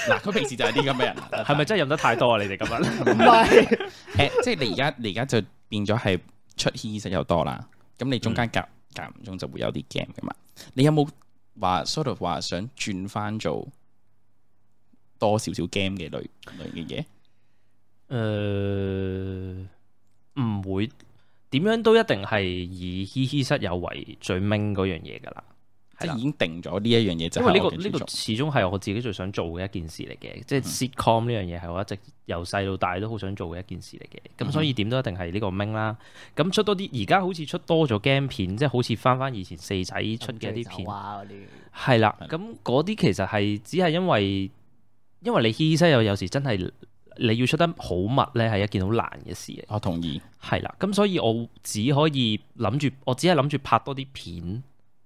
A: 嗱，佢平時就係啲咁嘅人啦，
C: 係咪真係飲得太多啊？你哋咁樣
A: *laughs*
B: 唔係，
A: 誒、即係你而家你而家就變咗係出 h 食又多啦，咁你中間隔間唔中就會有啲 game 噶嘛。你有冇話 sort of 話想轉翻做多少少 game 嘅類類嘅嘢？
C: 誒唔會點樣都一定係以嘻嘻室友為最 main 嗰樣嘢㗎啦。
A: 即
C: 係
A: 係
C: 啦
A: 已經定咗呢一樣嘢就係
C: 因為呢、
A: 我
C: 個
A: 嘅
C: 呢、個
A: 專屬嗯
C: 始終係我自己最想做嘅一件事嚟嘅，即係 sitcom 呢樣嘢係我一直由細到大都好想做嘅一件事嚟嘅。咁
A: 嗯
C: 所以點都一定係呢個 main 啦。咁出多啲，而家好似出多咗 game 片，即係好似翻翻以前四仔出嘅啲片，
B: 啊嗰啲，
C: 係啦。
A: 係
C: 咁嗰啲其實係只係因為因為你嘻西有有時真係你要出得好密咧，係一件好難嘅事嚟。
A: 我同意。
C: 係啦，咁所以我只可以諗住，我只係諗住拍多啲片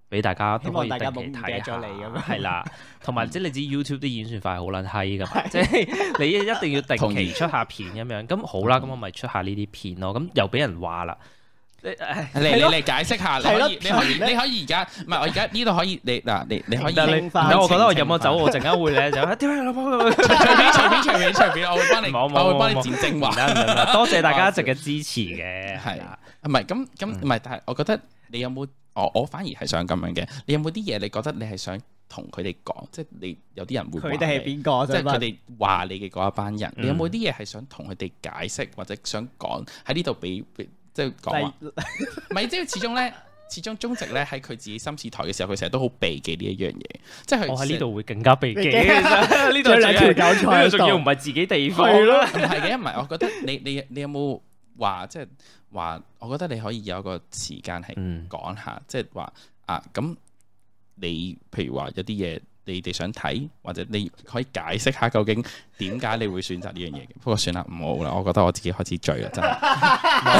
C: 俾大家，
B: 希
C: 都
B: 望
C: 可以
B: 大家
C: 定期
B: 冇唔
C: 睇
B: 記
C: 下
B: 得咗你咁樣
C: 係啦，同埋即係你知 YouTube 啲演算法係好撚閪噶嘛，
B: *laughs*
C: 即係你一定要定
A: 同意
C: 期出下片咁樣。
B: 嗯
C: 咁好啦，咁我咪出下呢啲片咯。咁又俾人話啦，你唉
A: 你你嚟解釋下，你
B: 係
A: 可
B: 咯
A: 以你可以
B: 係咯
A: 你可以而家唔係我而家呢度可以你嗱你你可以
C: 但係你
B: 清
C: 唔
B: 翻
C: 係我覺得我飲咗
A: 清
C: 酒，我陣間會咧就啊屌你老母！
A: 隨便隨便隨便隨便，我會幫你
C: 冇冇
A: 我會幫你
C: 冇冇
A: 剪
B: *laughs*
A: 精華
C: 唔。得唔得唔得多謝大家一直嘅支持嘅，係
A: 係
C: 啦，嗯
A: 唔係咁咁唔係，但係我覺得你有冇哦我我反而係想咁樣嘅。你有冇啲嘢你覺得你係想同佢哋講？即係你有啲人會話
B: 佢哋係
A: 你
B: 邊個
A: 即
B: 啫？
A: 係佢哋話你嘅嗰一班
B: 嗯
A: 人，你有冇啲嘢係想同佢哋解釋，或者想講喺呢度俾俾即係講話？
B: 就係
A: 唔係，即係始終咧，始終中植咧喺佢自己心事台嘅時候，佢成日都好避忌呢一樣嘢，即係佢
C: 我喺呢度會更加避忌。
B: 避
C: 其
B: 忌
C: 實 *laughs* 呢度
B: 有兩條
C: 仲
B: 狗坐喺度
C: 呢度仲要唔係自己地方
B: 係咯
A: 唔係嘅，唔係，我覺得你你你有冇話即係話？我覺得你可以有一個時間係
C: 嗯
A: 講下，即係話啊，咁你譬如話有啲嘢你哋想睇，或者你可以解釋下究竟點解你會選擇呢樣嘢嘅。不過算啦，唔好啦，我覺得我自己開始醉啦，真係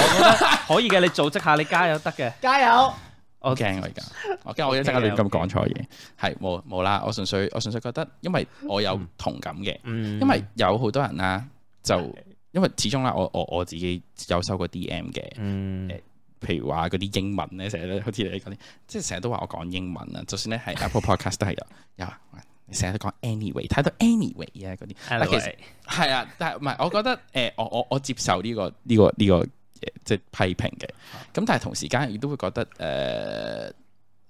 C: 可以嘅，你組織下，你加油得嘅。
B: 加油！
A: 好
C: 我
A: 驚我而家，我驚我一陣間亂咁講錯嘢，係冇冇啦，我純粹我純粹覺得，因為我有同感嘅。
C: 嗯
A: 因為有好多人啦，就因為始終啦，我我我自己有收過 DM 嘅，
C: 嗯
A: 譬如話嗰啲英文咧，成日都好似你講啲，即係成日都話我講英文啊，就算咧
B: *laughs*
A: 係 Apple Podcast 都係有有啊，你成日都講 anyway，睇到 anyway 啊嗰啲，
C: 嗯
A: 但其實
C: ，anyway，
A: 係啊，但係唔係，我覺得誒、呃我我我接受呢、個呢、個呢、個誒即係批評嘅，
B: 啊
A: 咁但係同時間亦都會覺得誒。呃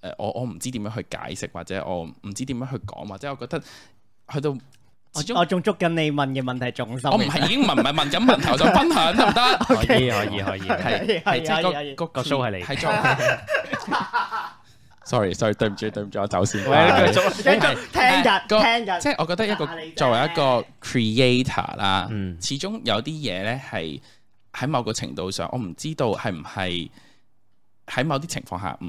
A: 誒、我我唔知點樣去解釋，或者我唔知點樣去講，或者我覺得去到
B: 我
A: 始終
B: 我仲捉緊你問嘅問題重心。
A: 我唔係已經問唔係問緊問題，我想分享得唔得？
C: 可以可以可以，
B: *laughs*
A: 係啊
B: 可以
A: 係即係
B: 可以可以
A: 個個
C: 個 show 係你
A: 嗯係做。sorry sorry，對唔住對唔住，我走先。
C: 喂，繼續
B: 繼續聽日
A: 個
B: 聽日，
A: 即係我覺得一個
B: 打你啫
A: 作為一個 creator 啦，
C: 嗯
A: 始終有啲嘢咧係喺某個程度上，我唔知道係唔係喺某啲情況下唔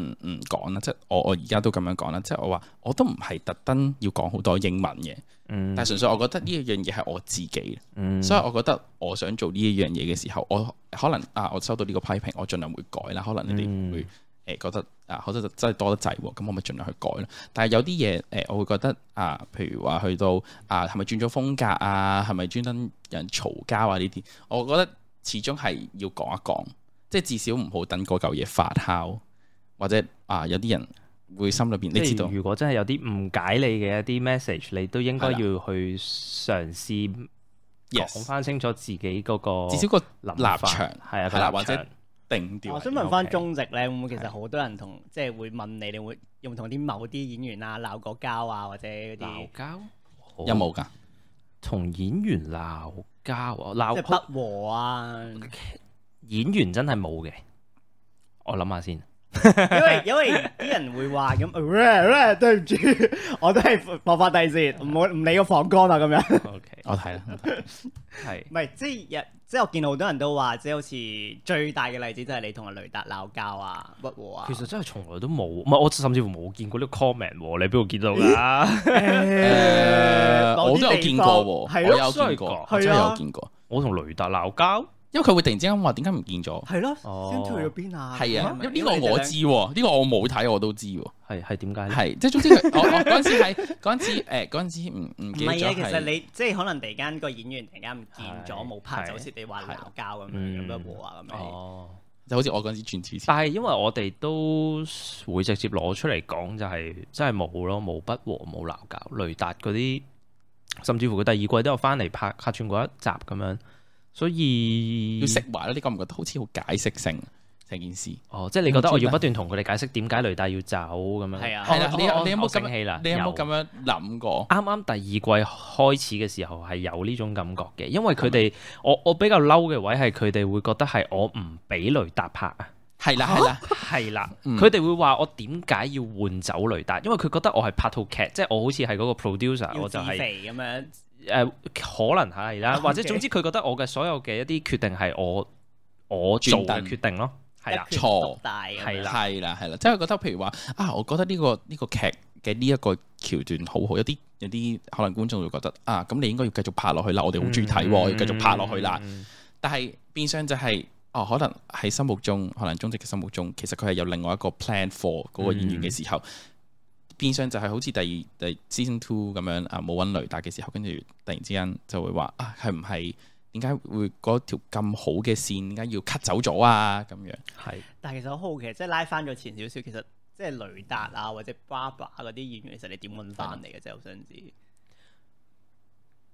A: 唔唔講啦。即係我我而家都咁樣講啦，即係我話我都唔係特登要講好多英文嘅，
C: 嗯
A: 但係純粹我覺得呢一樣嘢係我自己。
C: 嗯
A: 所以我覺得我想做呢一樣嘢嘅時候，我可能啊，我收到呢個批評，我盡量會改啦。可能你
C: 嗯
A: 哋會誒、覺得啊，可能真係多得滯喎，咁我咪盡量去改咯。但係有啲嘢誒，我會覺得啊，譬如話去到啊，係咪轉咗風格啊，係咪專登有人嘈交啊呢啲，我覺得始終係要講一講，即係至少唔好等嗰嚿嘢發酵，或者啊有啲人會心裏邊你知
C: 即
A: 道
C: 係。如果真係有啲誤解你嘅一啲 message，你都應該
A: 係
C: 要
A: 啦
C: 去嘗試
A: Yes
C: 講翻清楚自己嗰個
A: 至少個
C: 諗
A: 立
C: 法
A: 場
C: 係啊，
A: 係啦，
C: 個
A: 或
C: 立場
A: 者定調。啊
B: 我想問翻
C: OK
B: 中直咧，會唔會其實好多人同即係會問你，你會用同啲某啲演員啊鬧過交啊，或者嗰啲
C: 交
A: 有冇㗎？
C: 同演員鬧交啊？
B: 即
C: 鬧
B: 係不和啊？
A: *laughs*
C: 演員真係冇嘅，我諗下 *laughs* 先。
B: 因為因為啲人會話咁， *laughs* 呃喂喂對唔住， *laughs* 我都係放翻低先，唔好唔理個房間啦咁樣。 *laughs*
C: O K，
A: 我睇啦，我睇
C: 係
B: 唔係即係日即係我見好多人都話，即係好似最大嘅例子就係你同阿雷達鬧交啊、不和啊。
C: 其實真係從來都冇，唔係我甚至乎冇見過呢個 comment 喎，你邊度見到
A: 誒，
C: 㗎？
B: 某
A: 呃我
B: 啲
A: 都有
B: 地
A: 見過
B: 方
A: 喎，我
B: 係咯
A: 有
C: 真係
A: 見過，
B: 㗎
A: 我真係
B: 係啊
A: 有見過，
C: 我同雷達鬧交，
A: 因為佢會突然之間話點解唔見咗，
B: 係咯，
C: 哦
B: 先退咗邊啊？
A: 係啊，
B: 咁
A: 呢個我知，喎，呢個我冇睇我都知喎，
C: 係係點解咧？
A: 係即係總之佢我 *laughs* 我嗰陣時係嗰陣時誒嗰陣時唔唔
B: 唔
A: 記得
B: 係啊，其
A: 咗
B: 實
A: 係
B: 你即係可能突然間個演員突然間唔見咗
C: 係
B: 冇拍，
C: 係
B: 就好似你話鬧交咁樣
C: 嗯
B: 咁樣和啊咁樣。
C: 哦。
A: 就好似我嗰陣時轉主持，
C: 但係因為我哋都會直接攞出嚟講，就係真係冇咯，冇不和，冇鬧交。雷達嗰啲，甚至乎佢第二季都有翻嚟拍客串嗰一集咁樣，所
B: 嗯
C: 以
A: 要釋懷啦，呢個唔覺得好似好解釋性成件事？
C: 哦，即係你覺得我要不斷同佢哋解釋點解雷達要走咁樣。
B: 係啊
A: 啊
C: 哦
A: 係啦，你
C: 我
A: 有你有冇
C: 我
A: 咁
C: 醒起啦
B: 啊
A: 樣？你有冇咁樣諗過？
C: 啱啱第二季開始嘅時候係有呢種感覺嘅，因為佢哋我我比較嬲嘅位係佢哋會覺得係我唔俾雷達拍啊。
A: 係啦係啦，
C: 係啦，
A: 嗯
C: 佢哋會話我點解要換走雷達？因為佢覺得我係拍套劇，即係我好似係嗰個 producer，
B: 要
C: 我
B: 自
C: 就係、
B: 肥咁樣，
C: 誒、可能係啦，或者
B: Okay
C: 總之佢覺得我嘅所有嘅一啲決定係我我做
A: 轉
C: 嘅
A: 燈
C: 決定咯，係啦
B: 一，拳
A: 錯
B: 獨大咁樣
C: 係啦
A: 係啦係啦，即係覺得譬如話啊，我覺得呢、個呢、個劇嘅呢一個橋段好好，有啲有啲可能觀眾會覺得啊，咁你應該要繼續拍落去啦，我哋好中意睇喎，要繼續拍落去啦。
C: 嗯。
A: 但係變相就係、哦，可能喺心目中，可能中職嘅心目中，其實佢係有另外一個 plan for 嗰個演
C: 嗯
A: 員嘅時候，變相就係好似第二第 season two 咁樣啊，冇揾雷達嘅時候，跟住突然之間就會話啊，係唔係點解會嗰條咁好嘅線點解要 cut 走咗啊？咁樣
C: 係
B: 但係其實我好奇，即係拉翻咗前少少，其實即係雷達啊或者 Barbara 嗰啲演員，其實你點揾翻嚟嘅啫？我想知。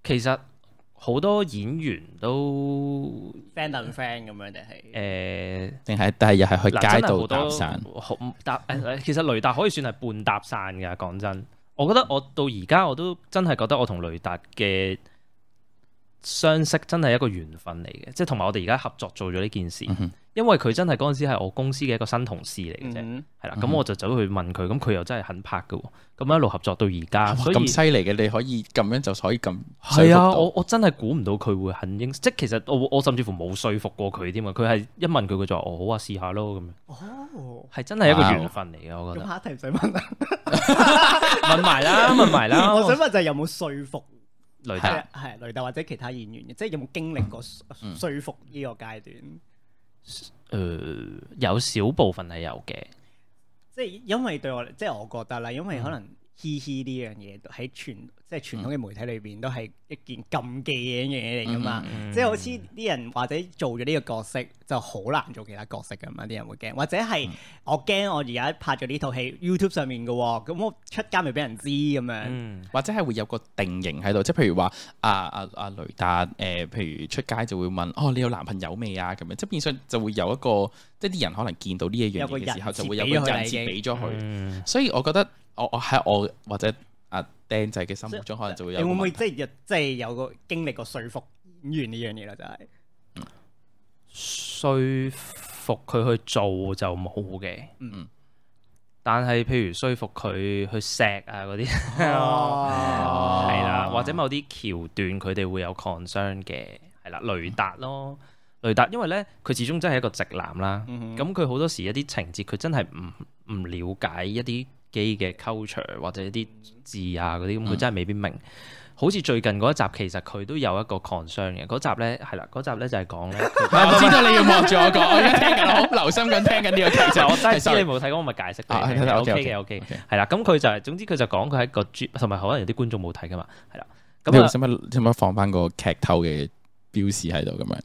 C: 其實好多演員都
B: friend 等 friend 咁樣定係？
C: 誒
A: 定係第二日係去
C: 嗱，真
A: 街
C: 係好
A: 度
C: 多啊
A: 搭散，
C: 好嗯搭誒其實雷達可以算係半搭散㗎，講真，我覺得我到而家我都真係覺得我同雷達嘅相識真係一個緣分嚟嘅，即係同埋我哋而家合作做咗呢件事，
A: 嗯哼
C: 因為佢真係嗰陣時係我公司嘅一個新同事嚟嘅啫，
B: 嗯
C: 係啦、
A: 嗯
C: 咁我就走去問佢，咁佢又真係肯拍嘅喎，咁一路合作到而家，所以
A: 咁犀利嘅，你可以咁樣就可以咁
C: 係
A: 說
C: 啊，
A: 服到
C: 我我真係估唔到佢會肯應，即係其實我我甚至乎冇說服過佢添啊！佢係一問佢佢就話：哦，好啊，試下咯咁樣，
B: 哦，
C: 係真係一個
A: 哇
C: 緣分嚟嘅，我覺
B: 咁
C: 得。
B: 下一題唔使問啦。
C: 問埋
B: *laughs*
C: 啦，問埋啦，
B: 我想問就係有冇說服
C: 啊雷
B: 係
C: 達
B: 啊係雷達或者其他演員嘅，即係有冇經歷過
A: 嗯
B: 說服呢個階段？
C: 誒有少部分係有嘅，
B: 即係因為對我嚟，即係我覺得啦，因
A: 嗯
B: 為可能嘻嘻呢樣嘢喺傳即係傳統嘅媒體裏邊都係一件禁忌嘅嘢嚟噶嘛。
A: 嗯
B: 即係好似啲人或者做咗呢個角色就好難做其他角色咁嘛，啲人會驚，或者係
A: 嗯
B: 我驚我而家拍咗呢套戲 YouTube 上面嘅喎，咁我出街咪俾人知咁樣。
C: 嗯，
A: 或者係會有個定型喺度，即係譬如話啊啊啊雷達誒、呃譬如出街就會問哦，你有男朋友未啊？咁樣即係變相就會有一個，即係啲人可能見到呢一樣
B: 有個
A: 嘢嘅時候，
B: 人設
A: 就會有個人設俾
B: 俾
A: 咗佢。
C: 嗯
A: 所以我覺得我我喺我或者阿釘仔嘅心目中，可能就會
B: 你
A: 有
B: 會
A: 個
B: 唔會
A: 問
B: 即係有即係有個經歷過說服演員呢樣嘢啦？就係
C: 說服佢去做就冇嘅，
B: 嗯，
C: 但係譬如說服佢去錫啊嗰啲，
A: *laughs*
B: 哦
C: 係啦，
A: 啊
C: 或者某啲橋段佢哋會有 concern 嘅，係啦，雷達咯，雷達，因為咧佢始終真係一個直男啦，
B: 嗯
C: 咁佢好多時一啲情節佢真係唔唔了解一啲機嘅 culture 或者一啲字啊嗰啲，
A: 嗯
C: 咁佢真係未必明。好似最近嗰一集，其實佢都有一個 concern 嘅。嗰集咧係啦，嗰集咧就係講咧，佢
A: 我知道你要望住我講，我而家聽緊，我好留心咁聽緊呢個 *laughs* 劇
C: 就
A: 情。
C: 我真係
A: 係
C: 知
A: sorry
C: 你冇睇過，我咪解釋
A: 啊
C: 俾你聽。
A: 係
C: OK 嘅
A: OK，OK，
C: OK，係啦。咁佢就係總之佢就講佢喺個 jeep，同埋可能有啲觀眾冇睇噶嘛，係啦。
A: 你
C: 咁
A: 要
C: 啊，
A: 使乜使乜放翻個劇透嘅標示喺度咁樣？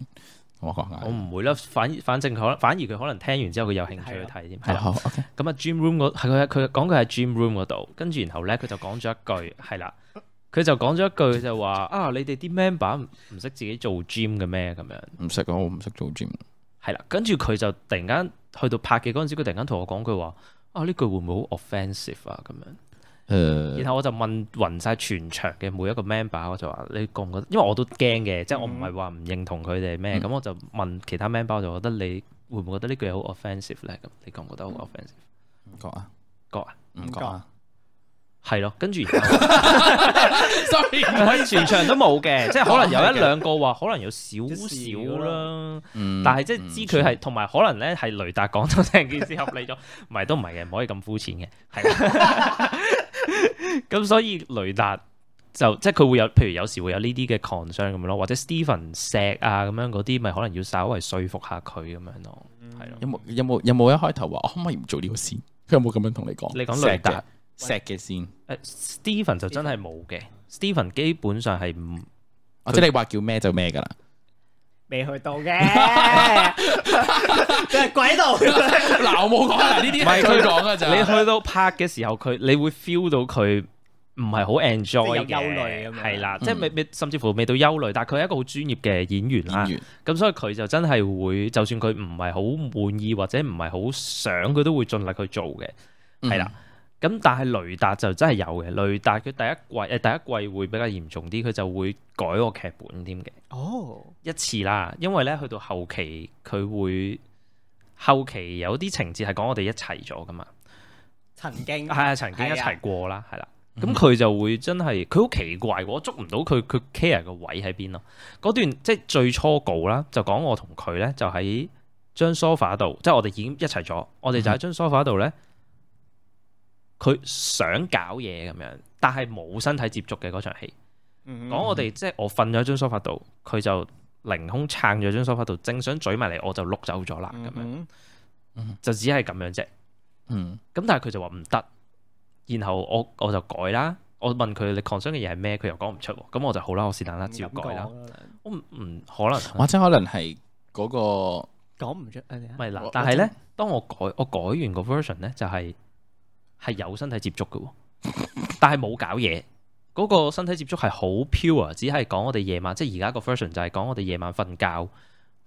A: 同我講
C: 我
A: 下。
C: 唔會啦。反反正佢可能反而佢可能聽完之後佢有興趣去睇添。係
A: 係
C: 啦。
A: 好 OK。
C: 咁啊，gym room 嗰係佢佢講佢喺 gym room 嗰度，跟住然後咧佢就講咗一句係啦，佢就講咗一句就話啊，你哋啲 member 唔唔識自己做 gym 嘅咩咁樣，
A: 唔識啊，我唔識做 gym。
C: 係啦，跟住佢就突然間去到拍嘅嗰陣時，佢突然間同我講佢話啊呢句會唔會好 offensive 啊咁樣，
A: 誒
C: 然後我就問暈晒全場嘅每一個 member，我就話你覺唔覺得？因為我都驚嘅，即係我唔係話唔認同佢哋咩，咁、我就問其他 member，我就覺得你會唔會覺得呢句好 offensive 咧？咁你覺唔覺得好 offensive？
A: 唔覺啊，
C: 覺啊，
A: 唔覺啊。
C: 係咯，跟住然 *laughs* 後。
A: sorry，
C: 喺全場都冇嘅，即係可能有一兩個話，可能有少少啦，
B: 嗯
A: 嗯
C: 但係即係知佢係，同埋可能咧係雷達講咗成件事合
B: *laughs*
C: 理咗，唔係都唔係嘅，唔可以咁膚淺嘅，係啦。 *laughs* 咁所以雷達就即係佢會有，譬如有時會有呢啲嘅 concern 咁樣咯，或者 Steven 石啊咁樣嗰啲，咪可能要稍微說服下佢咁樣咯，
B: 嗯
C: 係咯。
A: 有冇有冇有冇一開頭話我可唔可以唔做呢個先？佢有冇咁樣同你講？
C: 你講雷達
A: 石嘅先，
C: 誒 Steven 就真係冇嘅，Steven 基本上係唔
A: 或哦者你話叫咩就咩㗎啦。
C: *laughs*
B: 未去到
A: *laughs*
B: 嘅，佢係鬼度。
A: 嗱，我冇講啊，呢啲
C: 唔
A: 係
C: 係佢
A: 佢講
B: *laughs*
A: 㗎咋。
C: 你去到拍嘅時候，佢你會 feel 到佢唔係好 enjoy
B: 即係有憂慮咁樣
C: 嘅，係啦，即係未未甚至乎未到憂慮，但係佢係一個好專業嘅演員啦
A: 演。員
C: 咁所以佢就真係會，就算佢唔係好滿意或者唔係好想，佢都會盡力去做嘅。
A: 嗯
C: 係啦，咁但係雷達就真係有嘅，雷達佢第一季誒第一季會比較嚴重啲，佢就會改個劇本添嘅。
B: 哦，
C: 一次啦，因為咧去到後期佢會後期有啲情節係講我哋一齊咗噶嘛。
B: 曾經
C: 係啊，曾經一齊過啦，係啦。
B: 嗯
C: 咁佢就會真係佢好奇怪喎，我捉唔到佢佢 care 嘅位喺邊咯。嗰段即係最初稿啦，就講我同佢咧就喺張 sofa 度，即係我哋已經一齊咗，我
B: 嗯
C: 哋就喺張 sofa 度咧，佢想搞嘢咁樣，但係冇身體接觸嘅嗰場戲。
B: 嗯
C: 講我哋即係我瞓咗喺張 sofa 度，佢就凌空撐咗張 sofa 度，正想嘴埋嚟，我就碌走咗啦，咁樣
B: 嗯
C: 就只係咁樣啫。
A: 嗯
C: 咁但係佢就話唔得，然後我我就改啦。我問佢你 concern 嘅嘢係咩，佢又講唔出喎。咁我就好啦，我是但啦，照改啦。，我唔唔可能啊，
A: 嗯或者可能係嗰個
B: 講唔出啊！你
C: *laughs*
B: 啊
C: 咪嗱
A: 我。
C: 但係咧，當我改我改完個 version 咧，就係係有身體接觸嘅喎，但係冇搞嘢。嗰個身體接觸係好 pure，只啊係講我哋夜晚，即係而家個 version 就係講我哋夜晚瞓覺，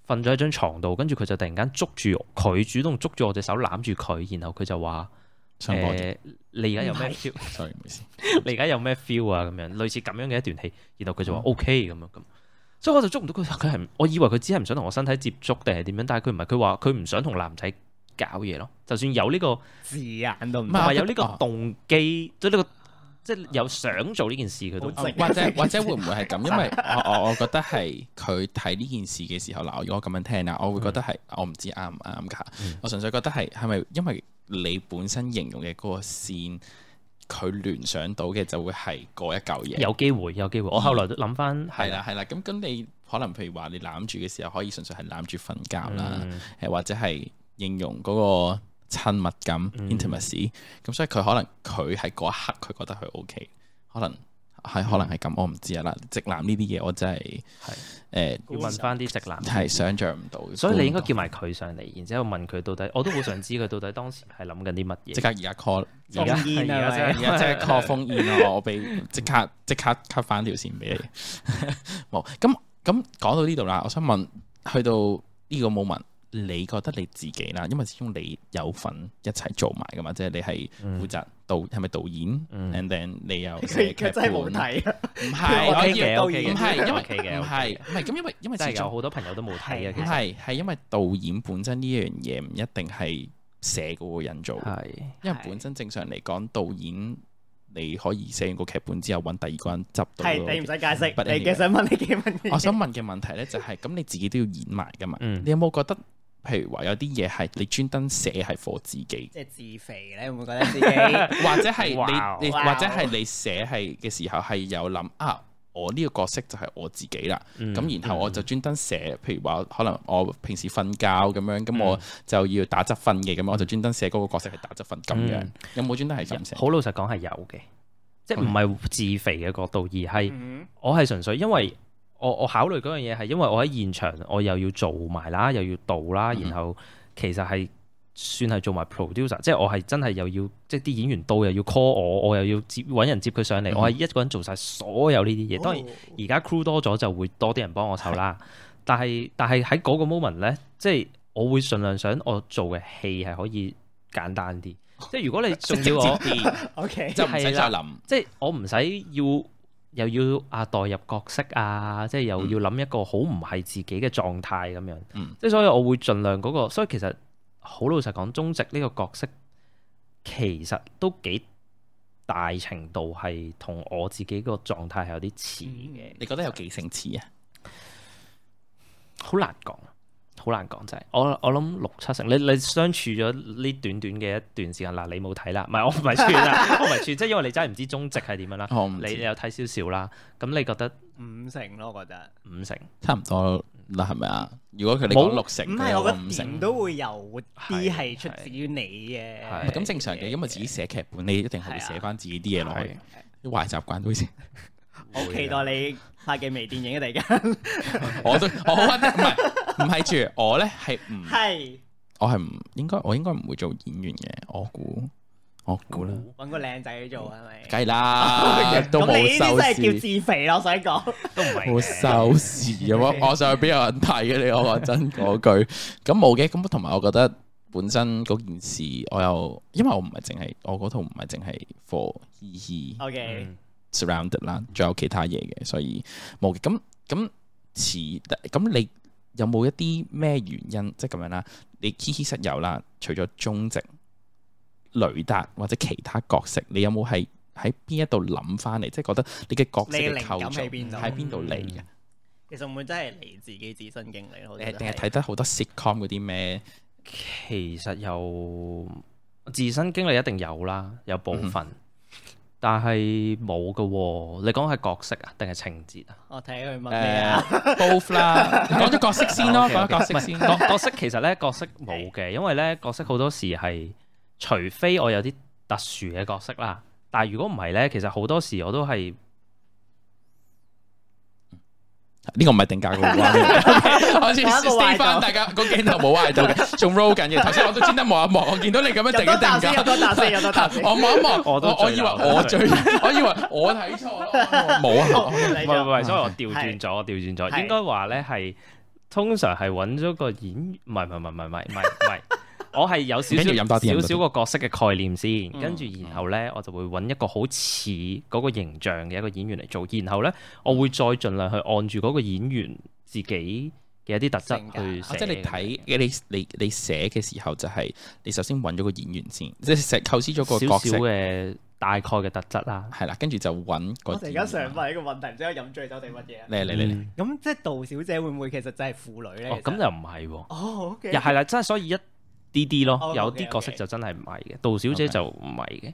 C: 瞓咗喺張床度，跟住佢就突然間捉住佢，主動捉住我隻手攬住佢，然後佢就話：
A: 唱
C: 誒、
A: 歌啲
C: 你而家有
B: 唔
C: 咩
B: 係
C: feel？
A: ，sorry，唔好意思。
C: 你而家有咩 feel 啊？咁樣類似咁樣嘅一段戲，然後佢就
A: 嗯
C: 話 OK 咁樣咁，所以我就捉唔到佢。佢係我以為佢只係唔想同我身體接觸定係點樣，但係佢唔係，佢話佢唔想同男仔搞嘢咯。就算有呢、個
B: 字眼都唔
A: 唔
C: 同
A: 係
C: 埋有呢個
A: 啊
C: 動機，即係呢個即係有想做呢件事，佢都
B: 好直
A: 或 *laughs* 者或者會唔會係咁？因為我我我覺得係佢睇呢件事嘅時候，嗱，如果我咁樣聽啊啦，我會覺得係我唔知啱唔啱㗎。我純粹覺得係係咪因為你本身形容嘅嗰個線，佢聯想到嘅就會係嗰一嚿嘢。
C: 有機會，有機會。我後來都諗翻
A: 嗯係啦，係啦，咁咁你可能譬如話你攬住嘅時候，可以純粹係攬住瞓覺
C: 嗯
A: 啦，誒、或者係應用嗰個親密感
C: 嗯
A: （intimacy），咁、所以佢可能佢喺嗰一刻佢覺得佢 O K，可能係可能係咁，我唔知啊啦。直男呢啲嘢我真係
C: 嗯係
A: 誒
C: 要問翻啲直男。
A: 係想像唔到，
C: 所以你應該叫埋佢上嚟，然之後問佢到底，我都好想知佢到底當時係諗緊啲乜嘢。
A: 即刻而家 call，
C: 而家
B: 封煙啊
C: 而家
A: 而家即
B: *laughs*
A: 刻 call 封煙咯，我
C: *laughs*
A: 俾即刻即刻 cut 翻條線俾你。 *laughs* 冇咁咁講到呢度啦，我想問，去到呢個 moment，你覺得你自己啦，因為始終你有份一齊做埋噶嘛，即係你係負責導係咪導演、
C: 嗯
A: a n d then 你又寫
B: 佢
A: 劇
B: 佢真係冇
A: 本，
B: 睇啊！
A: 唔係我
C: OK
A: 要
C: 嘅
B: 導
A: 唔
B: 演
C: OK 嘅
A: 係因為
C: OK 嘅
A: 唔係唔係咁，因為因為始
C: 真係有
A: 終
C: 好多朋友都冇睇嘅，啊其
A: 唔
C: 實
A: 係係因為導演本身呢樣嘢唔一定係寫嗰個人做。
C: 係
A: 因為本身正常嚟講，導演你可以寫完個劇本之後，揾第二個人執到
B: 係你唔
A: 咯。
B: 使解釋，
A: But
B: 你
A: anyway
B: 嘅想問你幾問
A: *laughs* 我
B: 嘢？
A: 想問嘅問題呢，就係、咁你自己都要演埋噶嘛？
C: 嗯
A: 你有冇覺得，譬如話有啲嘢係你專登寫係 for 自己，
B: 即係自肥咧，會唔會覺得自己？
A: 或者係
C: 哇
A: 你你
B: 哇
A: 或者係你寫係嘅時候係有諗啊，我呢個角色就係我自己啦。
C: 嗯
A: 咁、然後我就專登寫，譬如話可能我平時瞓覺咁樣，咁
C: 嗯
A: 我就要打側瞓嘅，咁我就專登寫嗰個角色係打側瞓咁樣。
C: 嗯
A: 有冇專登係咁寫？
C: 好老實講係有嘅，即係唔係自肥嘅角度，而係
B: 嗯
C: 我係純粹因為我我考慮嗰樣嘢係因為我喺現場，我又要做埋啦，又要導啦，然後其實係算係做埋 producer，即係我係真係又要即係啲演員到又要 call 我，我又要接揾人接佢上嚟，我係一個人做晒所有呢啲嘢。當然
B: 哦
C: 而家 crew 多咗就會多啲人幫我手啦。但係但係喺嗰個 moment 咧，即係我會盡量想我做嘅戲係可以簡單啲。即係如果你仲要我。
B: ，OK，
A: 就唔使再諗。
C: 即係我唔使要又要啊代入角色啊，即係又要諗一個好唔係自己嘅狀態咁樣。
A: 嗯
C: 即係所以我會盡量嗰、個，所以其實好老實講，中直呢個角色其實都幾大程度係同我自己個狀態係有啲似嘅，
A: 你覺得有幾成似啊？
C: 好、難講。好難講，真係我我諗六七成，你你相處咗呢短短嘅一段時間，嗱你冇睇啦，唔係我唔係
A: *laughs*
C: 算啦，我唔係算，即係因為你真係唔知中直係點樣啦，
A: 我唔
C: 你你
A: 知，
C: 有睇少少啦，咁你覺得
B: 五成咯，我覺得。
C: 五成
A: 差唔多啦，係咪啊？如果佢哋
C: 冇
A: 講六成，
B: 唔
A: 佢
B: 係，
A: 有
B: 我覺
A: 五
B: 得
A: 成
B: 點。都會有啲係
C: 係
B: 出自於你嘅。
C: 係
A: 咁正常嘅，因為自己寫劇本，你一定係會寫翻自己啲嘢落
C: 係
A: 去，啲壞習慣都會寫。
B: 我期待你拍嘅微電影啊！突然間
A: 我都我好屈得，唔係唔係住，我咧係唔，
B: 係
A: 我係唔應該，我應該唔會做演員嘅，我估我估啦，
B: 揾個靚仔去做係咪？
A: 梗係啦，都
B: *laughs* 咁
A: 冇
B: 你呢
A: 收
B: 啲真係叫
A: 視，
B: 自肥咯，我想講。
C: 都唔係
A: 冇收視啊！我我上去邊有人睇嘅你，我講真嗰句，咁冇嘅，咁同埋我覺得。本身嗰件事，我又因為我唔係淨係我嗰套唔係淨係 for 嘻嘻
B: *laughs*
C: Ừ.
B: OK，
C: 嗯
A: surrounded 啦，仲有其他嘢嘅，所以冇嘅。咁咁似咁，你有冇一啲咩原因即係咁樣啦？你 K K 室友啦，除咗中直、雷達或者其他角色，你有冇係喺邊一度諗翻嚟？即係覺得你嘅角色
B: 你嘅
A: 嘅
B: 靈
A: 構
B: 感
A: 造
B: 喺邊度
A: 喺邊度嚟嘅？
B: 其實會唔會真係嚟自己自身經歷咯？我覺
A: 誒
B: 得
A: 定係睇得好多 sitcom 嗰啲咩？
C: 其實又自身經歷一定有啦，有部
A: 嗯
C: 分，但係冇嘅喎。你講係角色啊，定係情節啊？
B: 我睇佢問咩
A: 誒
B: 啊？
A: *laughs* both 啦，講咗角色先咯，
C: OK，OK
A: 講咗啊角色
C: 唔係
A: 先。
C: 角角色其實咧角色冇嘅，因為咧角色好多時係，除非我有啲特殊嘅角色啦，但係如果唔係咧，其實好多時我都係
A: 呢個唔係定 *laughs* 價嘅關， *laughs* 我先
B: 大家冇
A: stay
B: 壞
A: 翻
B: 到
A: 大家個鏡頭冇壞到 *laughs* 嘅，仲 roll 緊嘅。頭先我都專登望一望，我見到你咁樣定一定
B: 入多啖先，入
A: 價，
B: 多啖先，入多啖先。
A: *laughs* 我望一望，
C: 我都
A: *laughs* 我我
C: 醉
A: 以為
C: 啦
A: 我
C: 我
A: 最
C: 都，
A: 我以為我睇錯啦， *laughs* 冇 *laughs* 啊。
C: 唔
B: 嚟
C: 係唔
B: 咗嗯
C: 係，所以我調轉咗，我調轉咗，
B: 係
C: 應該話咧係通常係揾咗個演，唔係唔係唔係唔係唔係唔
B: *laughs*
C: 係，我係有少
A: 唔緊要飲多啲飲
C: 少
A: 多啲
C: 少少個角色嘅概念先，
A: 嗯
C: 跟住然後咧我就會揾一個好似嗰個形象嘅一個演員嚟做，然後咧我會再盡量去按住嗰個演員自己嘅一啲特質
B: 性格
C: 去
A: 啊
C: 寫。
A: 即係你睇你你你寫嘅時候，就係你首先揾咗個演員先，即係成構思咗個
C: 少
A: 角
C: 少
A: 色，
C: 嘅大概嘅特質啦。
A: 係啦，跟住就揾個
B: 我
A: 演
B: 突
A: 員。
B: 然間想問一個問題，唔知我飲醉酒定乜嘢啊？
A: 嚟嚟嚟嚟，
C: 嗯
B: 咁即係杜小姐會唔會其實就係婦女咧？
C: 哦，
B: 其
C: 咁
B: 實
C: 又唔係喎。
B: 哦，OK，
C: 又係啦，真係所以一啲啲咯，
B: 哦
C: 有
B: OK，OK
C: 啲角色就真係唔係嘅，杜小姐
A: OK
C: 就唔係嘅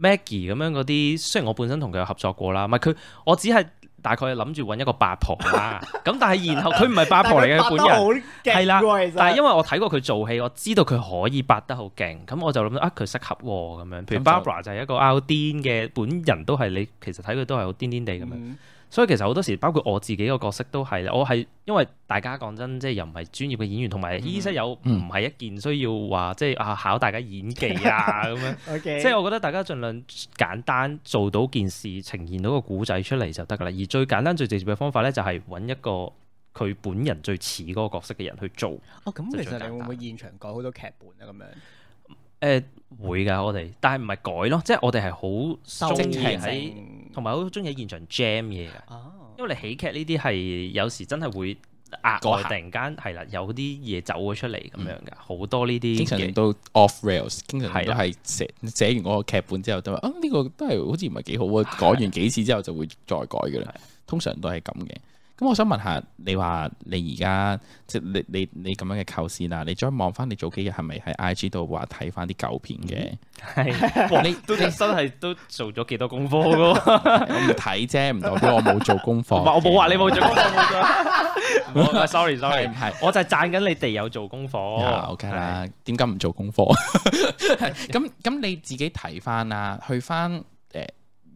C: ，Maggie 咁樣嗰啲，雖然我本身同佢有合作過啦，唔係佢，我只係大概諗住揾一個八婆啦，咁但係然後佢唔係八婆嚟嘅佢本人。
B: 人
C: 係啦但係
B: 因
C: 因為我睇過佢做戲，我知道佢可以八得好勁，咁我就諗啊佢適合喎咁樣。譬
A: 咁
C: 如
A: 就
C: Barbara 就係一個 out 癲嘅，本人都係你其實睇佢都係好癲癲地咁樣。
B: 嗯
C: 所以其實好多時，包括我自己個角色都係，我係因為大家講真，即係又唔係專業嘅演員，同埋醫生有唔
A: 嗯
C: 係一件需要話即係啊考大家演技啊咁樣。
B: ，OK，
C: 即係我覺得大家盡量簡單做到件事，呈現到個古仔出嚟就得㗎啦。而最簡單最直接嘅方法咧，就係揾一個佢本人最似嗰個角色嘅人去做。誒、
B: 哦，咁其實你會
C: 就最簡
B: 唔
C: 單
B: 會現場改好多劇本啊？咁樣
C: 會㗎，我哋，但係唔係改咯，即係我哋係好中意喺，同埋好中意喺現場 jam 嘢㗎。
B: 哦，
C: 因為你喜劇呢啲係有時真係會額
A: 嗰
C: 外
A: 下
C: 突然間係啦，有啲嘢走咗出嚟咁樣嘅，好、多呢啲
A: 經常
C: 嘅
A: 都 off rails，經常
C: 係
A: 都
C: 啦
A: 係寫寫完嗰個劇本之後都話啊呢個都係好似唔係幾好啊，改完幾次之後就會再改嘅啦
C: 係。
A: 通常都係咁嘅。咁我想問下，你話你而家即係你你你咁樣嘅構思啦，你再望翻你早幾日係咪喺 IG 度話睇翻啲舊片嘅？
C: *laughs* 係哇
A: 你
C: 都真係都做咗幾多功課 *laughs* 嘅喎，
A: *laughs* 我唔睇啫，唔代表我冇做功課。
C: 嗯唔係我冇話你冇做功課冇做， *laughs* 唔好 sorry
A: 係
C: sorry，
A: 唔係？
C: 我就係讚緊你哋有做功
A: 啊
C: 課
A: ，OK 啦，點解唔做功課？咁咁你自己睇翻啦，去翻誒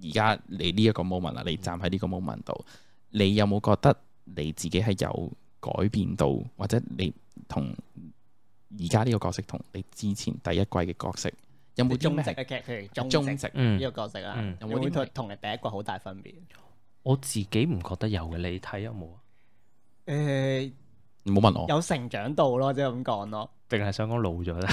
A: 而家你呢一個 moment 啦，你站喺呢個 moment 度，你有冇覺得你自己係有改變到，或者你同而家呢個角色同你之前第一季嘅角色有冇啲
B: 中
A: 咩
B: 直
A: 係
B: 嘅劇，譬如
A: 中
B: 中
A: 中直？
C: 嗯
B: 呢個角色啊
C: 嗯，
B: 有
A: 有冇
B: 冇
A: 啲咩
B: 同同你第一個好大分別？
C: 我自己唔覺得有嘅，你睇有冇啊？
B: 誒，
A: 你唔好問我，
B: 有成長到咯，即係咁講咯。
C: 定係想講老咗咧？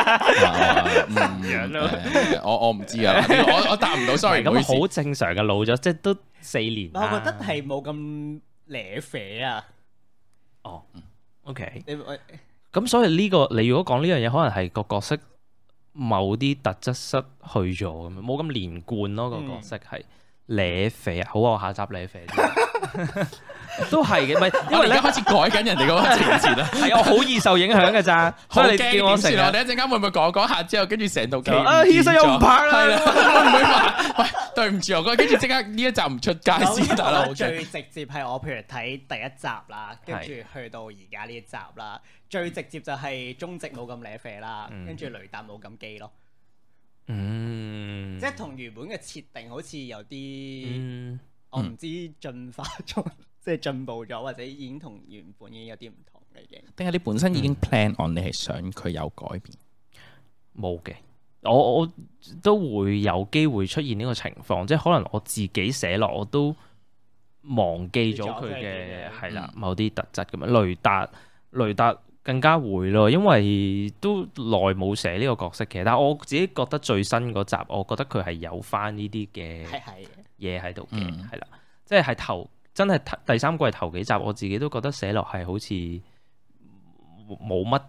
A: 啊嗯
C: 樣咯
A: 誒我我唔知啊，我我答唔到，sorry，唔好意思
C: 咁好正常嘅老咗，即係都四年
B: 我
C: 啦。
B: 覺得係冇咁瀨啡啊，
C: 哦，OK。
B: 你我
C: 咁所以呢、個你如果講呢樣嘢，可能係個角色某啲特質失去咗咁樣，冇咁連貫咯。個
B: 嗯
C: 角色係舐肥啊，好啊，我下集舐肥先
A: *laughs*
C: 都係嘅，唔係因
A: 我哋而
C: 為咧
A: 家開始改緊人哋嗰個情節啦。
C: 係我好易受影響嘅咋，
A: 好
C: 所以
A: 驚
C: 你
A: 點
C: 叫我成
A: 算
C: 日
A: 啊！我哋一陣間會唔會講講下之後，跟住成套劇
C: 就啊
A: 唔見
C: 醫生又唔
A: 咗
C: 拍啦
A: 係啦，會唔會
C: *laughs*
A: 話喂對唔住我？跟住即刻呢一集唔出街先得啦，
B: *laughs* 我
A: 好
B: 最
A: *laughs*
C: 嗯
A: 驚！
B: 直接係我譬如睇第一集啦，跟住去到而家呢一集啦，最直接就係中直冇咁瀨啡啦，
C: 嗯
B: 跟住雷達冇咁基咯，
C: 嗯，
B: 即係同原本嘅設定好似有啲，
C: 嗯
B: 我唔知進化咗， *laughs* 即係進步咗，或者已經同原本已經有啲唔同啦已經。
A: 定係你本身已經 plan on 你係想佢有改變？
C: 冇嘅。我我都會有機會出現呢個情況，即係可能我自己寫落我都忘記咗佢嘅係啦某啲特質咁樣。雷達雷達更加會咯，因為都耐冇寫呢個角色嘅。但係我自己覺得最新嗰集，我覺得佢係有翻呢啲嘅
B: 係係，
C: 嘢喺度嘅，
A: 嗯
C: 係啦、即係係頭真係頭第三季頭幾集，我自己都覺得寫落係好似冇乜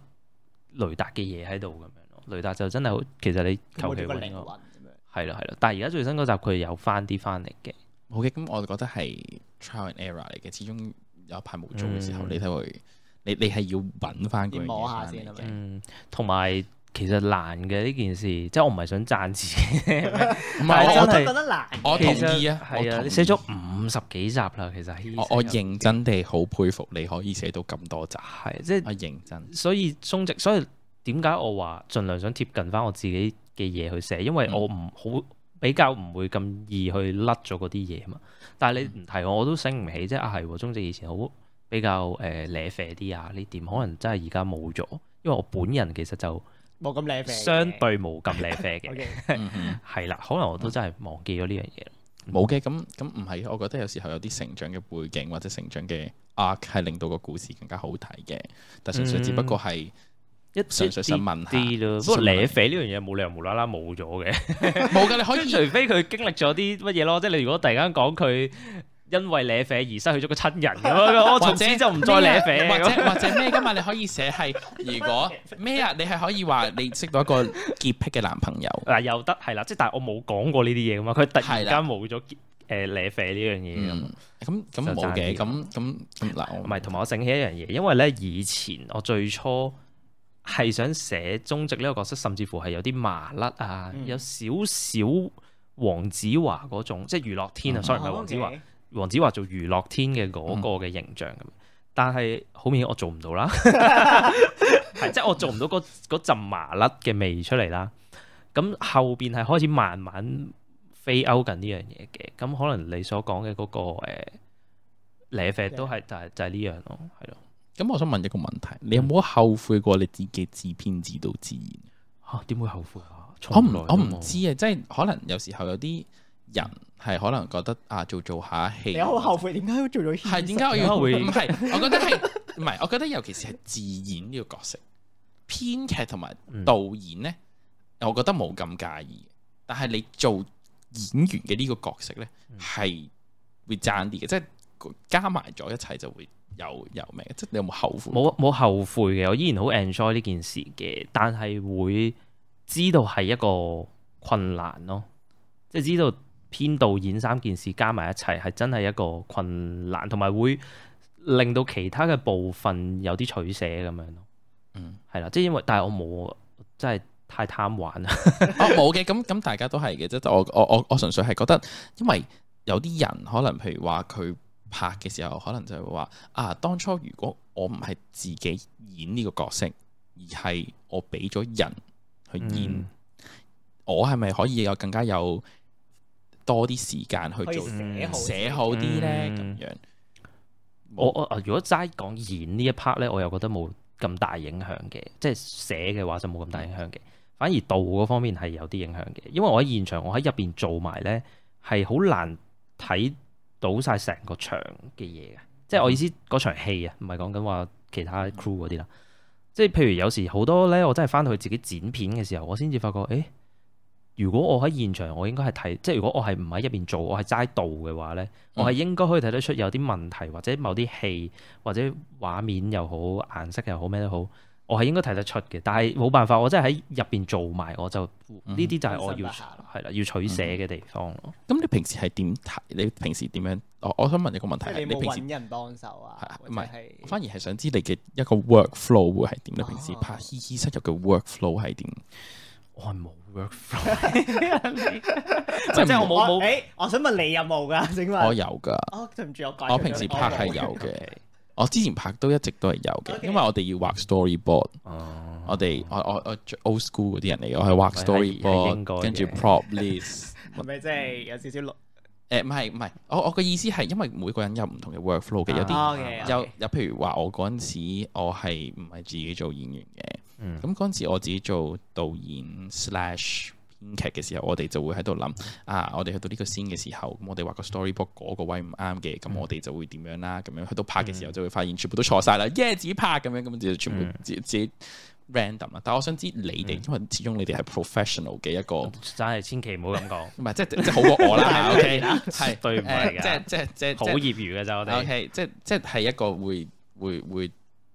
C: 雷達嘅嘢喺度咁樣咯。雷達就真係好，其實你
B: 有冇
C: 求其
B: 咗個
C: 揾
B: 靈魂
C: 個
B: 咁樣。
C: 係啦係啦，但係而家最新嗰集佢有翻啲翻嚟嘅，
A: 好嘅，咁我覺得係 trial and error 嚟嘅，始終有一排冇做嘅時候，
C: 嗯
A: 你睇會你你係要揾翻嗰樣
B: 你摸下
A: 嘢
B: 先
A: 先
B: 係咪
A: 嘅。
C: 嗯，同埋其實難嘅呢件事，即係我唔係想讚自己，
A: 唔係
C: 但係
B: 我
A: 我
C: 真
B: 都
C: 係
B: 覺得難嘅，
A: 我同
C: 其實
A: 意啊我
C: 係啊，
A: 同
C: 你
A: 意
C: 寫咗五十幾集啦，其實
A: 我我認真地好佩服你可以寫到咁多
C: *laughs*
A: 集，
C: 係即係
A: 我認
C: *laughs*
A: 真。
C: 所以中直，
A: 嗯
C: 所以點解我話盡量想貼近翻我自己嘅嘢去寫，因為我唔好比較唔會咁易去甩咗嗰啲嘢嘛。但係
A: 嗯
C: 你唔提我，我都醒唔起啫。啊，係喎，中正以前好比較誒瀨啡啲啊，呢點可能真係而家冇咗，因為我本人其實就
B: 冇咁靚啡嘅。
C: 相對冇咁瀨啡
A: *laughs*
C: 嘅，
B: OK，
A: 嗯嗯
C: 係啦，可能我都真係忘記咗呢樣嘢。
A: 冇嘅，咁咁唔係，我覺得有時候有啲成長嘅背景或者成長嘅 arc 係令到個故事更加好睇嘅，但純粹只
C: 嗯
A: 不過係
C: 一
A: 純粹想問下
C: 啲咯，不過
A: 想問下
C: 瀨啡呢樣嘢冇理由無啦啦冇咗嘅。
A: 冇㗎，你
C: *laughs*
A: 可
C: 即係
A: 以
C: 除非佢經歷咗啲乜嘢咯，即係你如果突然間講佢因為舐啡而失去咗個親人咁樣，
A: *laughs* 或
C: 我從
A: 者
C: 此就唔再舐啡
A: *laughs* 或者
C: 咁。
A: 或者咩噶嘛？你可以寫係如果咩啊？你係可以話你識到一個潔癖嘅男朋友，
C: 嗱又得係啦，即係但係我冇講過呢啲嘢噶嘛，佢突然
A: 係
C: 間
A: 啦
C: 冇咗誒舐啡呢樣嘢咁。
A: 嗯，咁咁冇嘅，咁咁咁嗱，我
C: 唔係，同埋我醒起一樣嘢，因為咧以前我最初係想寫中直呢個角色，甚至乎係有啲麻甩啊，
B: 嗯
C: 有少少黃子華嗰種，即係娛樂天啊
A: 嗯
C: ，sorry 唔係黃子華。黃子華做娛樂天嘅嗰個嘅形象咁，但係好明顯我做唔到 *laughs* 啦，係即係我做唔到嗰嗰陣麻甩嘅味出嚟啦。咁後邊係開始慢慢飛歐緊呢樣嘢嘅，咁可能你所講嘅嗰個誒瀨啡都係就係就係呢樣咯，係咯
A: 咁我想問一個問題，你有冇後悔過你自己自編自導自演？
C: 嚇點會後悔啊？
A: 我唔
C: 從來都
A: 我唔
C: 冇
A: 知啊，即係可能有時候有啲人係可能覺得啊做做下戲，
B: 你好後悔點解要做咗牽
A: 係點解我
C: 點解
A: 要
C: 會
A: 唔係？我覺得係 *laughs* 唔係？我覺得尤其是係自演呢個角色，編劇同埋
C: 嗯
A: 導演呢，我覺得冇咁介意。但係你做演員嘅呢個角色呢，
C: 嗯
A: 係會爭啲嘅，即係加埋咗一齊就會有有咩？即係你有冇後悔？
C: 冇冇後悔嘅，我依然好 enjoy 呢件事嘅，但係會知道係一個困難咯，即係知道編導演三件事加埋一齊係真係一個困難，同埋會令到其他嘅部分有啲取捨咁樣咯。
A: 嗯，
C: 係啦，即係因為但係我冇，真係太貪玩啦。
A: 哦，冇嘅，咁咁大家都係嘅，即係我我我我純粹係覺得，因為有啲人可能譬如話佢拍嘅時候，可能就係會話啊，當初如果我唔係自己演呢個角色，而係我俾咗人去演，
C: 嗯
A: 我係咪可以有更加有多啲時間去
B: 可以
A: 做
B: 寫好
A: 寫好啲呢？咁、
C: 嗯
A: 樣
C: 我我啊如果齋講演呢一 part 咧，我又覺得冇咁大影響嘅，即係寫嘅話就冇咁大影響嘅。反而導嗰方面係有啲影響嘅，因為我喺現場，我喺入邊做埋咧係好難睇到晒成個場嘅嘢嘅。即係我意思嗰場戲啊，唔係講緊話其他 crew 嗰啲啦。即係譬如有時好多咧，我真係翻到去自己剪片嘅時候，我先至發覺，誒、如果我喺現場，我應該係睇，即係如果我係唔喺入邊做，我係齋導嘅話咧，
A: 嗯
C: 我係應該可以睇得出有啲問題，或者某啲戲，或者畫面又好，顏色又好，咩都好，我係應該睇得出嘅。但係冇辦法，我真係喺入邊做埋，我就
A: 嗯
C: 呢啲就係我
B: 分
C: 要
B: 身不暇啦
C: 係啦，要取捨嘅地方咯。
A: 咁你平時係點睇？你平時點樣？我我想問一個問題
B: 即係
A: 係，
B: 你冇
A: 平時
B: 揾人幫手啊
A: 係？
B: 或
A: 唔
B: 者
A: 係
B: 係
A: 我反而係想知你嘅一個 workflow 會係點？你平時
B: 哦
A: 拍嘻嘻室入嘅 workflow
C: *laughs*
A: 係點？
C: 我係冇 workflow，即係我
B: 我
C: 冇冇
B: 誒，我想問你有冇㗎？請
A: 我
B: 問，
A: 有噶，
B: 哦，對唔住，我改咗
A: 我平時拍係
C: 哦
A: 有嘅，我之前拍都一直都係有嘅，
B: OK
A: 因為我哋要畫 storyboard，
C: 哦
A: *laughs* 我哋我我我最 old school 嗰啲人嚟嘅，我係畫
C: 係係係應該
A: storyboard，
C: 嘅
A: 跟住 prop list。
B: 係咪即係有少少綠？
A: 誒唔係唔係，我我個意思係因為每個人有唔同嘅 workflow 嘅，有啲
C: 啊
B: 哦，OK，OK
A: 有有譬如話我嗰陣時我係唔係自己做演員嘅，
C: 嗯
A: 咁嗰陣時我自己做導演 slash 編劇嘅時候，我哋就會喺度諗啊，我哋去到呢個 scene 嘅時候，咁我哋畫個 storybook 嗰個位唔啱嘅，
C: 嗯
A: 咁我哋就會點樣啦，咁樣去到拍嘅時候就會發現全部都錯晒啦，耶自己拍咁樣，咁就全
C: 嗯
A: 部自自己 random 啦。但我想知你哋，因為始終你
C: 嗯
A: 哋係 professional 嘅一個。
C: 真係千祈唔好咁講，
A: 唔係，即係即係好過
C: *laughs*
A: 我啦啊，OK，
C: 絕
A: 係
C: 對唔係
A: 誒即
C: 㗎
A: 係即 *laughs* 係即係
C: 好
A: 即係
C: 業餘嘅咋我哋。
A: OK，即係即係係一個會會會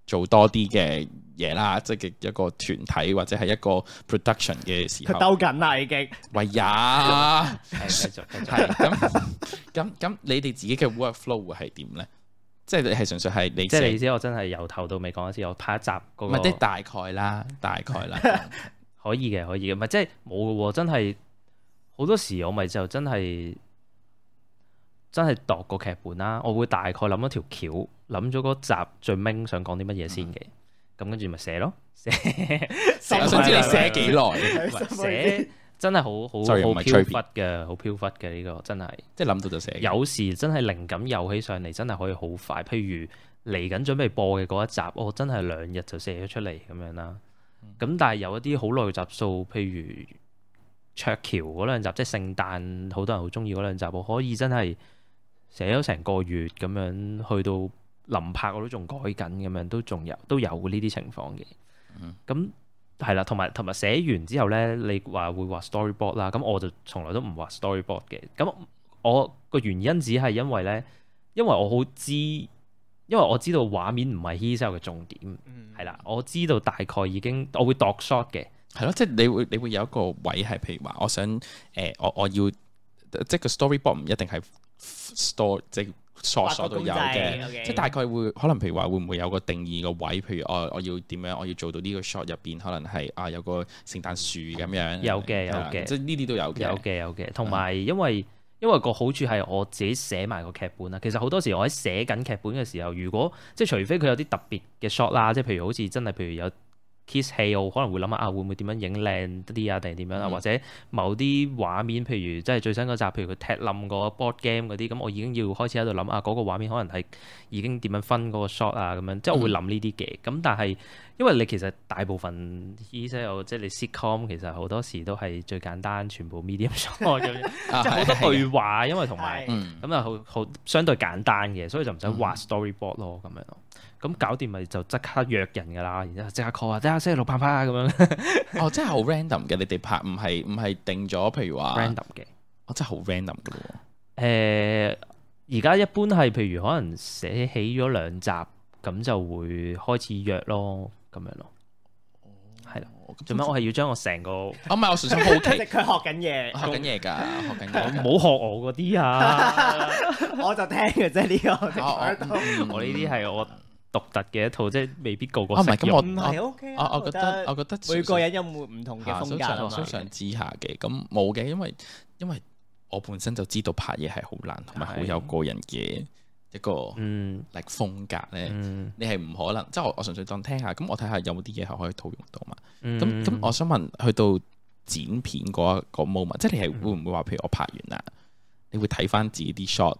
A: 做多啲嘅嘢啦，即係嘅一個團體或者係一個 production 嘅時
B: 佢
A: 候，
B: 兜緊啦已經。
A: 喂呀，
C: 係繼續繼續。
A: 係咁咁咁，你哋自己嘅 workflow 會係點咧？即係你係純粹係你
C: 即係你
A: 寫
C: 意思，我真係由頭到尾講一次，我拍一集嗰、
A: 唔係即係
C: 個
A: 大概啦，大概啦，
C: 可以嘅，可以嘅，唔係即係冇嘅喎，真係好多時我咪就真係真係度個劇本啦，我會大概諗一條橋，諗咗嗰集最明想講啲乜嘢先
A: 嗯
C: 嘅，
A: *laughs*
C: 咁跟住咪寫咯，寫
A: 我想知你寫幾耐？
C: 唔係寫真係好好
A: Sorry，唔
C: 好
A: 係
C: 飄
A: 吹
C: 忽嘅，好飄忽嘅呢個真係。
A: 即係諗到就寫。
C: 有時真係靈感有起上嚟，真係可以好快。譬如嚟緊準備播嘅嗰一集，我真係兩日就寫咗出嚟咁樣啦。咁但係有一啲好耐嘅集數，譬如卓橋嗰兩集，即係聖誕，好多人好中意嗰兩集，我可以真係寫咗成個月咁樣，去到臨拍我都仲改緊咁樣，都仲有都有呢啲情況嘅。咁係啦，同埋同埋寫完之後咧，你話會畫 storyboard 啦，咁我就從來都唔畫 storyboard 嘅。咁我個原因只係因為咧，因為我好知，因為我知道畫面唔係 h e s e l 嘅重點，係啦，我知道大概已經，我會度 shot 嘅，
A: 係咯，即係你會你會有一個位係，譬如話，我想誒、呃我我要即係個 storyboard 唔一定係 store 即係 short
B: 畫
A: short
B: 個
A: 都
B: 公
A: 有
B: 仔
A: 嘅，
B: ，OK
A: 即係大概會可能譬如話會唔會有個定義個位，譬如哦我我要點樣，我要做到呢個 shot 入邊，可能係啊有個聖誕樹咁樣，
C: 有嘅
A: 係啦
C: 有嘅
A: 即係呢啲都有嘅，
C: 有嘅有嘅，同埋因為因為個好處係我自己寫埋個劇本啦。其實好多時我喺寫緊劇本嘅時候，如果即係除非佢有啲特別嘅 shot 啦，即係譬如好似真係譬如有 kiss 戲，我可能會諗下啊，會唔會點樣影靚啲啊，定係點樣啊？
A: 嗯
C: 或者某啲畫面，譬如即係最新嗰集，譬如佢踢冧個 board game 嗰啲，咁我已經要開始喺度諗啊，嗰、個畫面可能係已經點樣分嗰個 shot 啊，咁樣即係我會諗呢啲嘅。
A: 嗯
C: 咁但係因為你其實大部分 e s l 即係你 sitcom 其實好多時都係最簡單，全部 medium shot
A: *laughs*
C: 咁樣，
A: 啊
C: 即係好
A: 係
C: 多
A: 係
C: 對話，因為同埋
B: 係
A: 嗯
C: 咁啊，好好相對簡單嘅，所以就唔使畫 storyboard 咯，咁樣咯。咁搞掂咪就即刻約人噶啦，然之後即刻 call 啊，得啊，星期六拍拍啊，咁樣
A: 哦，真係好 random 嘅，你哋拍唔係唔係定咗，譬如話，
C: *laughs* random 嘅。
A: 我真係好 random 嘅喎。
C: 誒，而家一般係譬如可能寫起咗兩集，咁就會開始約咯，咁樣咯。係啦，做咩？我係要將我成個唔
A: 哦我唔係，我純粹好奇
B: 即，係佢學緊嘢，
A: 學緊嘢㗎，學緊嘢㗎。
C: 好學我嗰啲
A: *laughs*
C: 啊！
B: 我就聽嘅啫呢個
A: 我我
B: 我哋講得到。
A: 嗯
C: 我呢啲係我獨特嘅一套，即係未必個個
A: 啊唔係
C: 識
A: 咁我
C: 用。
B: 唔係 OK 啊
A: 哦我我覺得我覺得
B: 每個人有唔同嘅
A: 嚇
B: 風
A: 都
B: 格啊
A: 想
B: 嘛
A: 都。想知下嘅，咁冇嘅，因為因為我本身就知道拍嘢係好難，同埋好
C: 係
A: 有個人嘅一個
C: 嗯
A: 力風格咧。
C: 嗯
A: 你係唔可能，即係我我純粹當聽下，咁我睇下有冇啲嘢係可以套用到嘛。
C: 嗯
A: 咁咁、我想問，去到剪片嗰一個 moment，即係你係會唔會話，譬如我拍完啦，你會睇翻自己啲 shot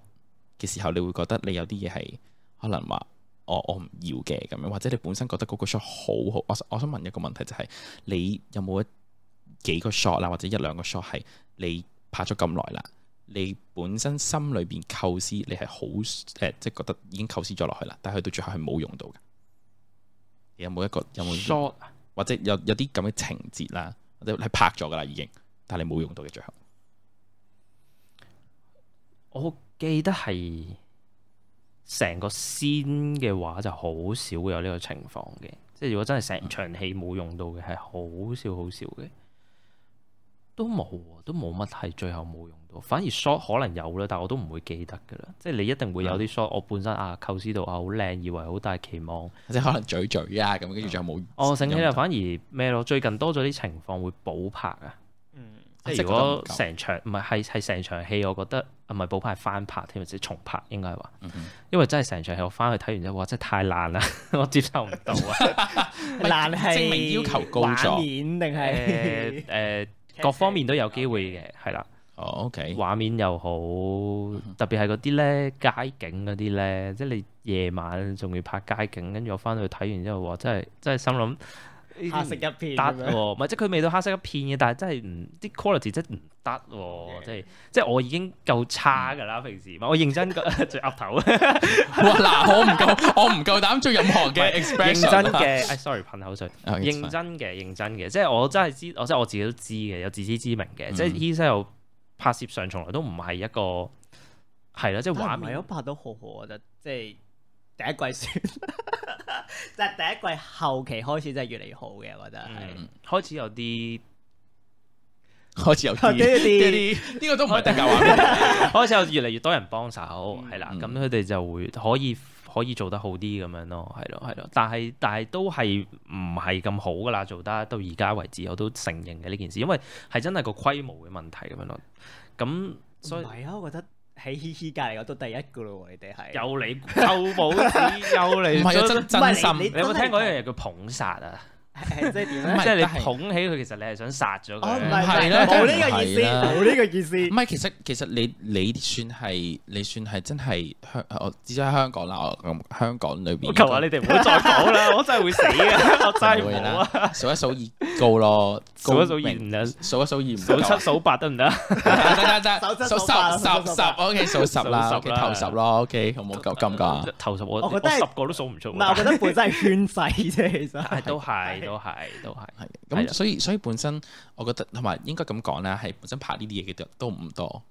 A: 嘅時候，你會覺得你有啲嘢係可能話我我唔要嘅咁樣，或者你本身覺得嗰個 shot 好好。我想我想問一個問題就係、你有冇一幾個 shot 啦，或者一兩個 shot 係你拍咗咁耐啦？你本身心裏邊構思，你係好誒，即係覺得已經構思咗落去啦，但係去到最後係冇用到嘅。你有冇一個有冇
C: short
A: 或者有有啲咁嘅情節啦，或者係拍咗噶啦已經，但係你冇用到嘅最後。
C: 我記得係成個先嘅話就好少會有呢個情況嘅，即係如果真係成場戲冇用到嘅係好少好少嘅，都冇喎都冇乜係最後冇用到，反而 shot 可能有啦，但我都唔會記得㗎啦，即係你一定會有啲 shot，我本身啊構思到啊好靚，以為好大期望，
A: 即係可能嘴嘴啊咁，跟住最後冇。
C: 我醒起啦，反而咩咯，最近多咗啲情況會補拍啊。
B: Ừ.
C: 即係如果成場唔係係係成場戲，我覺得啊唔係補拍係翻拍添，即係重拍應該係話，因為真係成場戲我翻去睇完之後，哇！真係太爛啦， *laughs* 我接受唔到 *laughs* 啊！
B: 難係
A: 證明要求高咗
B: 畫面定係
C: 誒誒，各方面都有機會嗯嘅，係啦，
A: 哦，OK，
C: 畫面又好，特別係嗰啲咧街景嗰啲咧，即係你夜晚仲要拍街景，跟住我翻去睇完之後，哇！真係真係心諗呢啲
B: 黑
C: 唔
B: 色一片咁
C: 得
B: 樣。
C: 喎，唔係即係佢未到黑色一片嘅，但係真係唔啲 quality 真係唔得喎，即係即係我已經夠差㗎啦，
B: 嗯
C: 平時唔係我
B: *laughs*
C: 認真嘅最鴨頭，
A: 哇嗱，我唔夠，我唔夠膽做任何
C: *laughs*
A: 嘅
C: 認
A: expression 啊。
C: 真嘅，哎 sorry 噴口水，
A: 啊，it's
C: 認真嘅認真嘅，即係我真係知，我即係我自己都知嘅，有自知之明嘅，
A: 嗯
C: 即係 e s l 拍攝上從來都唔係一個係啦，即係畫
B: 但唔係
C: 面
B: 都拍得好好，我覺得即係第一季算，但係第一季後期開始真係越嚟越好嘅，我覺得係。
C: 嗯開始有啲
A: fine 開始有啲
B: 有啲
A: 啲啲，呢個都唔係定價畫面。
C: 開始有越嚟越多人幫手，係啦，
A: 嗯
C: 咁佢哋就會可以可以做得好啲咁樣咯，係咯，係咯，但係但係都係唔係咁好噶啦，做得到而家為止，我都承認嘅呢件事，因為係真係個規模嘅問題咁樣咯。咁所以
B: 唔係啊，我覺得喺嘻嘻隔離我都第一個咯喎，你哋係。
C: 有你夠冇子，有你
A: 唔係啊，真
C: *laughs*
B: 唔係
A: 真
B: 你
A: 心
C: 你有冇聽過一樣嘢叫捧殺啊？
B: 係即係點
C: *laughs*
A: 唔
B: 咧
A: 係？
C: 即係你
A: 但係
C: 捧起佢，其實你係想殺咗
B: 我唔
A: 唔
B: 係
C: 佢。
A: 係
B: 唔係
A: 啦
B: 冇呢個意思，
A: 真係唔係啦
B: 冇呢個意思。
A: 唔係，其實其實你你算係你算係真係香，啊我只喺香港啦，我咁香港裏邊
C: 我求下你哋唔好再講啦，我真係會死啊！我真係
A: 會
C: 唔好
A: 啦
C: 啊！，
A: 數一數二高咯，
C: 數一
A: *laughs*
C: 數
A: 高
C: 二
A: 明
C: 唔得，
A: 數一數二唔
C: 數
A: 夠
C: 七數八得唔得？
A: 得得得得，
B: 手
C: *laughs*
B: 執
A: 數
B: 手法
A: 十
B: 手
A: 十十
B: 執手法
A: ，OK，數十啦
C: 數十
A: ，OK，
C: 啦
A: 頭十咯，OK，好冇夠啊咁噶，
C: 頭十
B: 我
C: 我我
B: 覺哦得係
C: 十個都數唔出
B: 唔係，我
C: 喎。
B: 覺得本身係圈仔啫，其實
C: 但係都係都係都係。
A: 係
C: 係啊
A: 咁，
C: 啦
A: 所以所以本身我覺得同埋應該咁講啦，係本身拍呢啲嘢嘅都都唔多，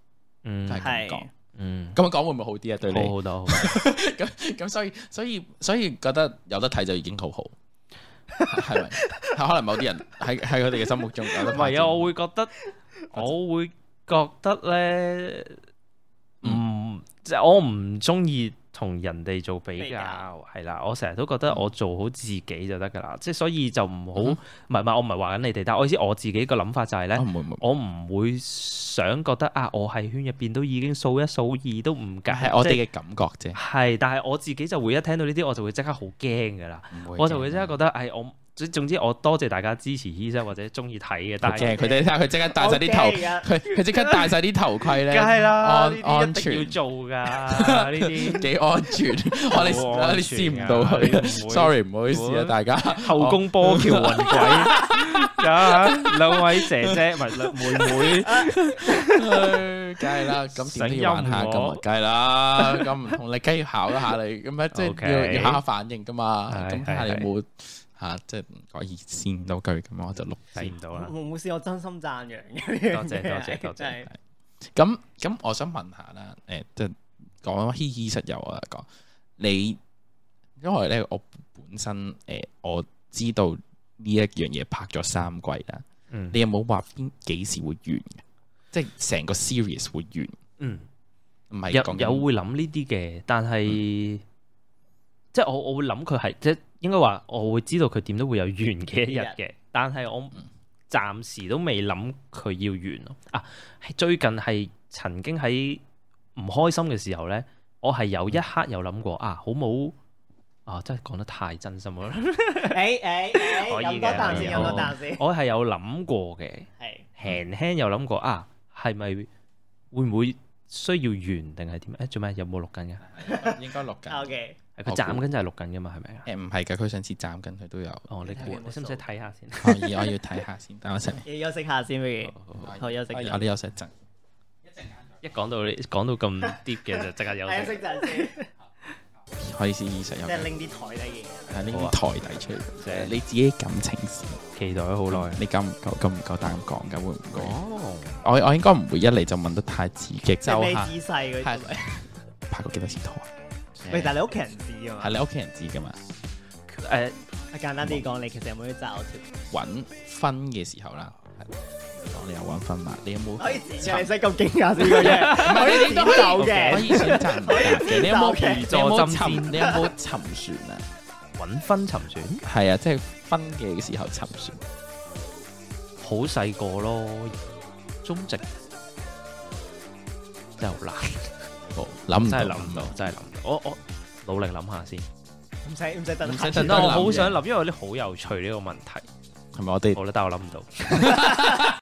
C: 嗯
A: 都係咁
B: 係
A: 講。
C: 嗯，
A: 咁樣講會唔會好啲啊？對
C: 好
A: 你
C: 好多好多。
A: *laughs* 咁所以所以所以覺得有得睇就已經好好，係咪？可能某啲人喺喺佢哋嘅心目中有得
C: 唔
A: 拍哦
C: 係啊，
A: 就
C: 我會覺
A: *laughs*
C: 得，我會覺得咧，唔即係我唔中意同人哋做比
B: 比
C: 較
B: 較，
C: 係啦。我成日都覺
A: 嗯
C: 得我做好自己就得㗎啦，即係所以就唔好，唔係唔係，我唔係話緊你哋，但係我意思我自己個諗法就係咧
A: 啊。唔會唔會，
C: 我唔會想覺得啊，我喺圈入邊都已經數一數二都唔緊，
A: 係我
C: 即
A: 哋嘅感覺啫，
C: 係，但係我自己就會一聽到呢啲，我就會即刻好驚噶啦，
A: 唔
C: 我就會即刻
A: 驚啊
C: 覺得，唉，我總總之我多謝大家支持醫生或者中意睇嘅，但
A: 好
C: 係
A: 驚啊佢哋睇下佢即刻戴晒啲頭，
B: 頭。
A: 佢佢即刻戴晒啲頭盔
C: 梗
A: 咧，
C: 係啦，呢
A: 安
C: 啲一
A: 安
C: 定要
A: 全 *laughs*
C: 做噶，呢啲
A: 幾安全，我哋
C: 好
A: 我
C: 安
A: 哋
C: 全
A: 試唔
C: 㗎
A: 到
C: 你唔會
A: 佢，sorry 唔好意思啊
C: 唔會
A: 大家，
C: 後宮波橋雲鬼啊，兩位姐姐唔係兩妹妹，
A: 唉梗係
C: *laughs*
A: 啦，咁點都要玩下
C: 想
A: 咁
C: 陰我
A: 啊，梗係啦，咁唔同你梗係要考一下你，咁啊即
C: *laughs* OK
A: 係要要考下反應噶嘛，
C: 係
A: 咁睇下
C: 係
A: 你有冇吓即係可以先到佢咁，我就錄
C: 睇唔到啦。啊
B: 我冇試過真心讚揚嘅
C: 多謝多謝多謝
B: 真係
A: 咁咁，我想問下啦，誒、即係講嘻嘻室友啊，講你，因為咧，我本身誒、我知道呢一樣嘢拍咗三季啦，
C: 嗯
A: 你有冇話邊幾時會完嘅？即係成個 series 會完，
C: 嗯。
A: 唔係
C: 有
A: 講緊嗯
C: 有會諗呢啲嘅，但係、即係我我會諗佢係即係應該話，我會知道佢點都會有完嘅一日
A: *laughs*
C: 嘅，但係我
A: 嗯
C: 暫時都未諗佢要完咯。啊，係最近係曾經喺唔開心嘅時候咧，我係有一刻有諗過啊，好冇啊，真係講得太真心
A: *laughs*
C: 啦！ *laughs*
B: 誒誒
C: 可
B: 誒，飲
C: 以嘅
B: 多啖
A: 可
B: 先，
A: 以
B: 飲
A: 嘅
B: 多啖先，
C: 我係有諗過嘅，
B: 係
C: 輕輕有諗過啊，係咪會唔會需要完定係點？誒、做咩有冇錄緊嘅？
A: 應該錄緊，
B: OK。
C: 係
A: 我
C: 佢斬緊就係錄緊嘅嘛，係咪啊？
A: 誒唔係㗎，佢上次斬緊佢都有，
C: 哦，你
B: 睇下
C: 估
B: 有冇
C: 你使唔使
B: 數
C: 睇下先？ *laughs*
A: 可以我要睇下先，等我一陣，
B: 要休息下先，不如
A: 好
B: 好休息
A: 我
B: 陣。
A: 哋休息一陣。
C: 一講到你講到咁 deep 嘅就即刻休
B: 係啊休
C: 息
B: 息陣先，
A: 可以試衣室
B: 即
A: 友
B: 係
A: 嘅，
B: 拎啲台底嘢。
A: 係呢啲台底出嚟，
C: 即係
A: 你自己感情事。
C: 期待咗好耐。啊
A: 你夠唔夠夠唔夠膽講㗎？會唔會？
C: 哦，
A: 我我應該唔會一嚟就問得太刺激，
B: 即
A: 就
B: 係咩
A: 下
B: 姿勢嗰啲
A: 係？拍過幾多次拖啊？
B: 喂，但係你屋企人知㗎
A: 係
B: 嘛？
A: 你屋企人知㗎嘛？
C: 誒，
B: 簡單啲講，你其實有冇啲擇偶條？
A: 揾分嘅時候啦，係講你有揾分嘛？你有冇
B: 可以剪嘅，你
A: 尋？
B: 使咁驚
C: *laughs*
B: 訝先個嘢，可以剪到
A: 可
B: 嘅。
A: 以選擇唔答嘅。你有冇
B: 可以
A: 你
C: 自
A: 有
C: 助
A: 冇
C: 針
A: 沉？
C: 先
A: 你有冇沉船啊？
C: 揾分沉船，
A: 係啊，即係分嘅時候沉船。
C: 好細個咯，中值真係好難，
A: 哦諗唔
C: 真係
A: 到，
C: 諗唔到，真係諗唔到。我我努力諗下先。
B: 唔使唔使等
A: 唔
B: 下
A: 使
C: 陣
A: 等
C: 間我
A: 都係諗
C: 好
A: 嘅
C: 想諗，因為啲好有趣呢個問題。
A: 係咪我哋
C: 好啦，但係我諗唔到。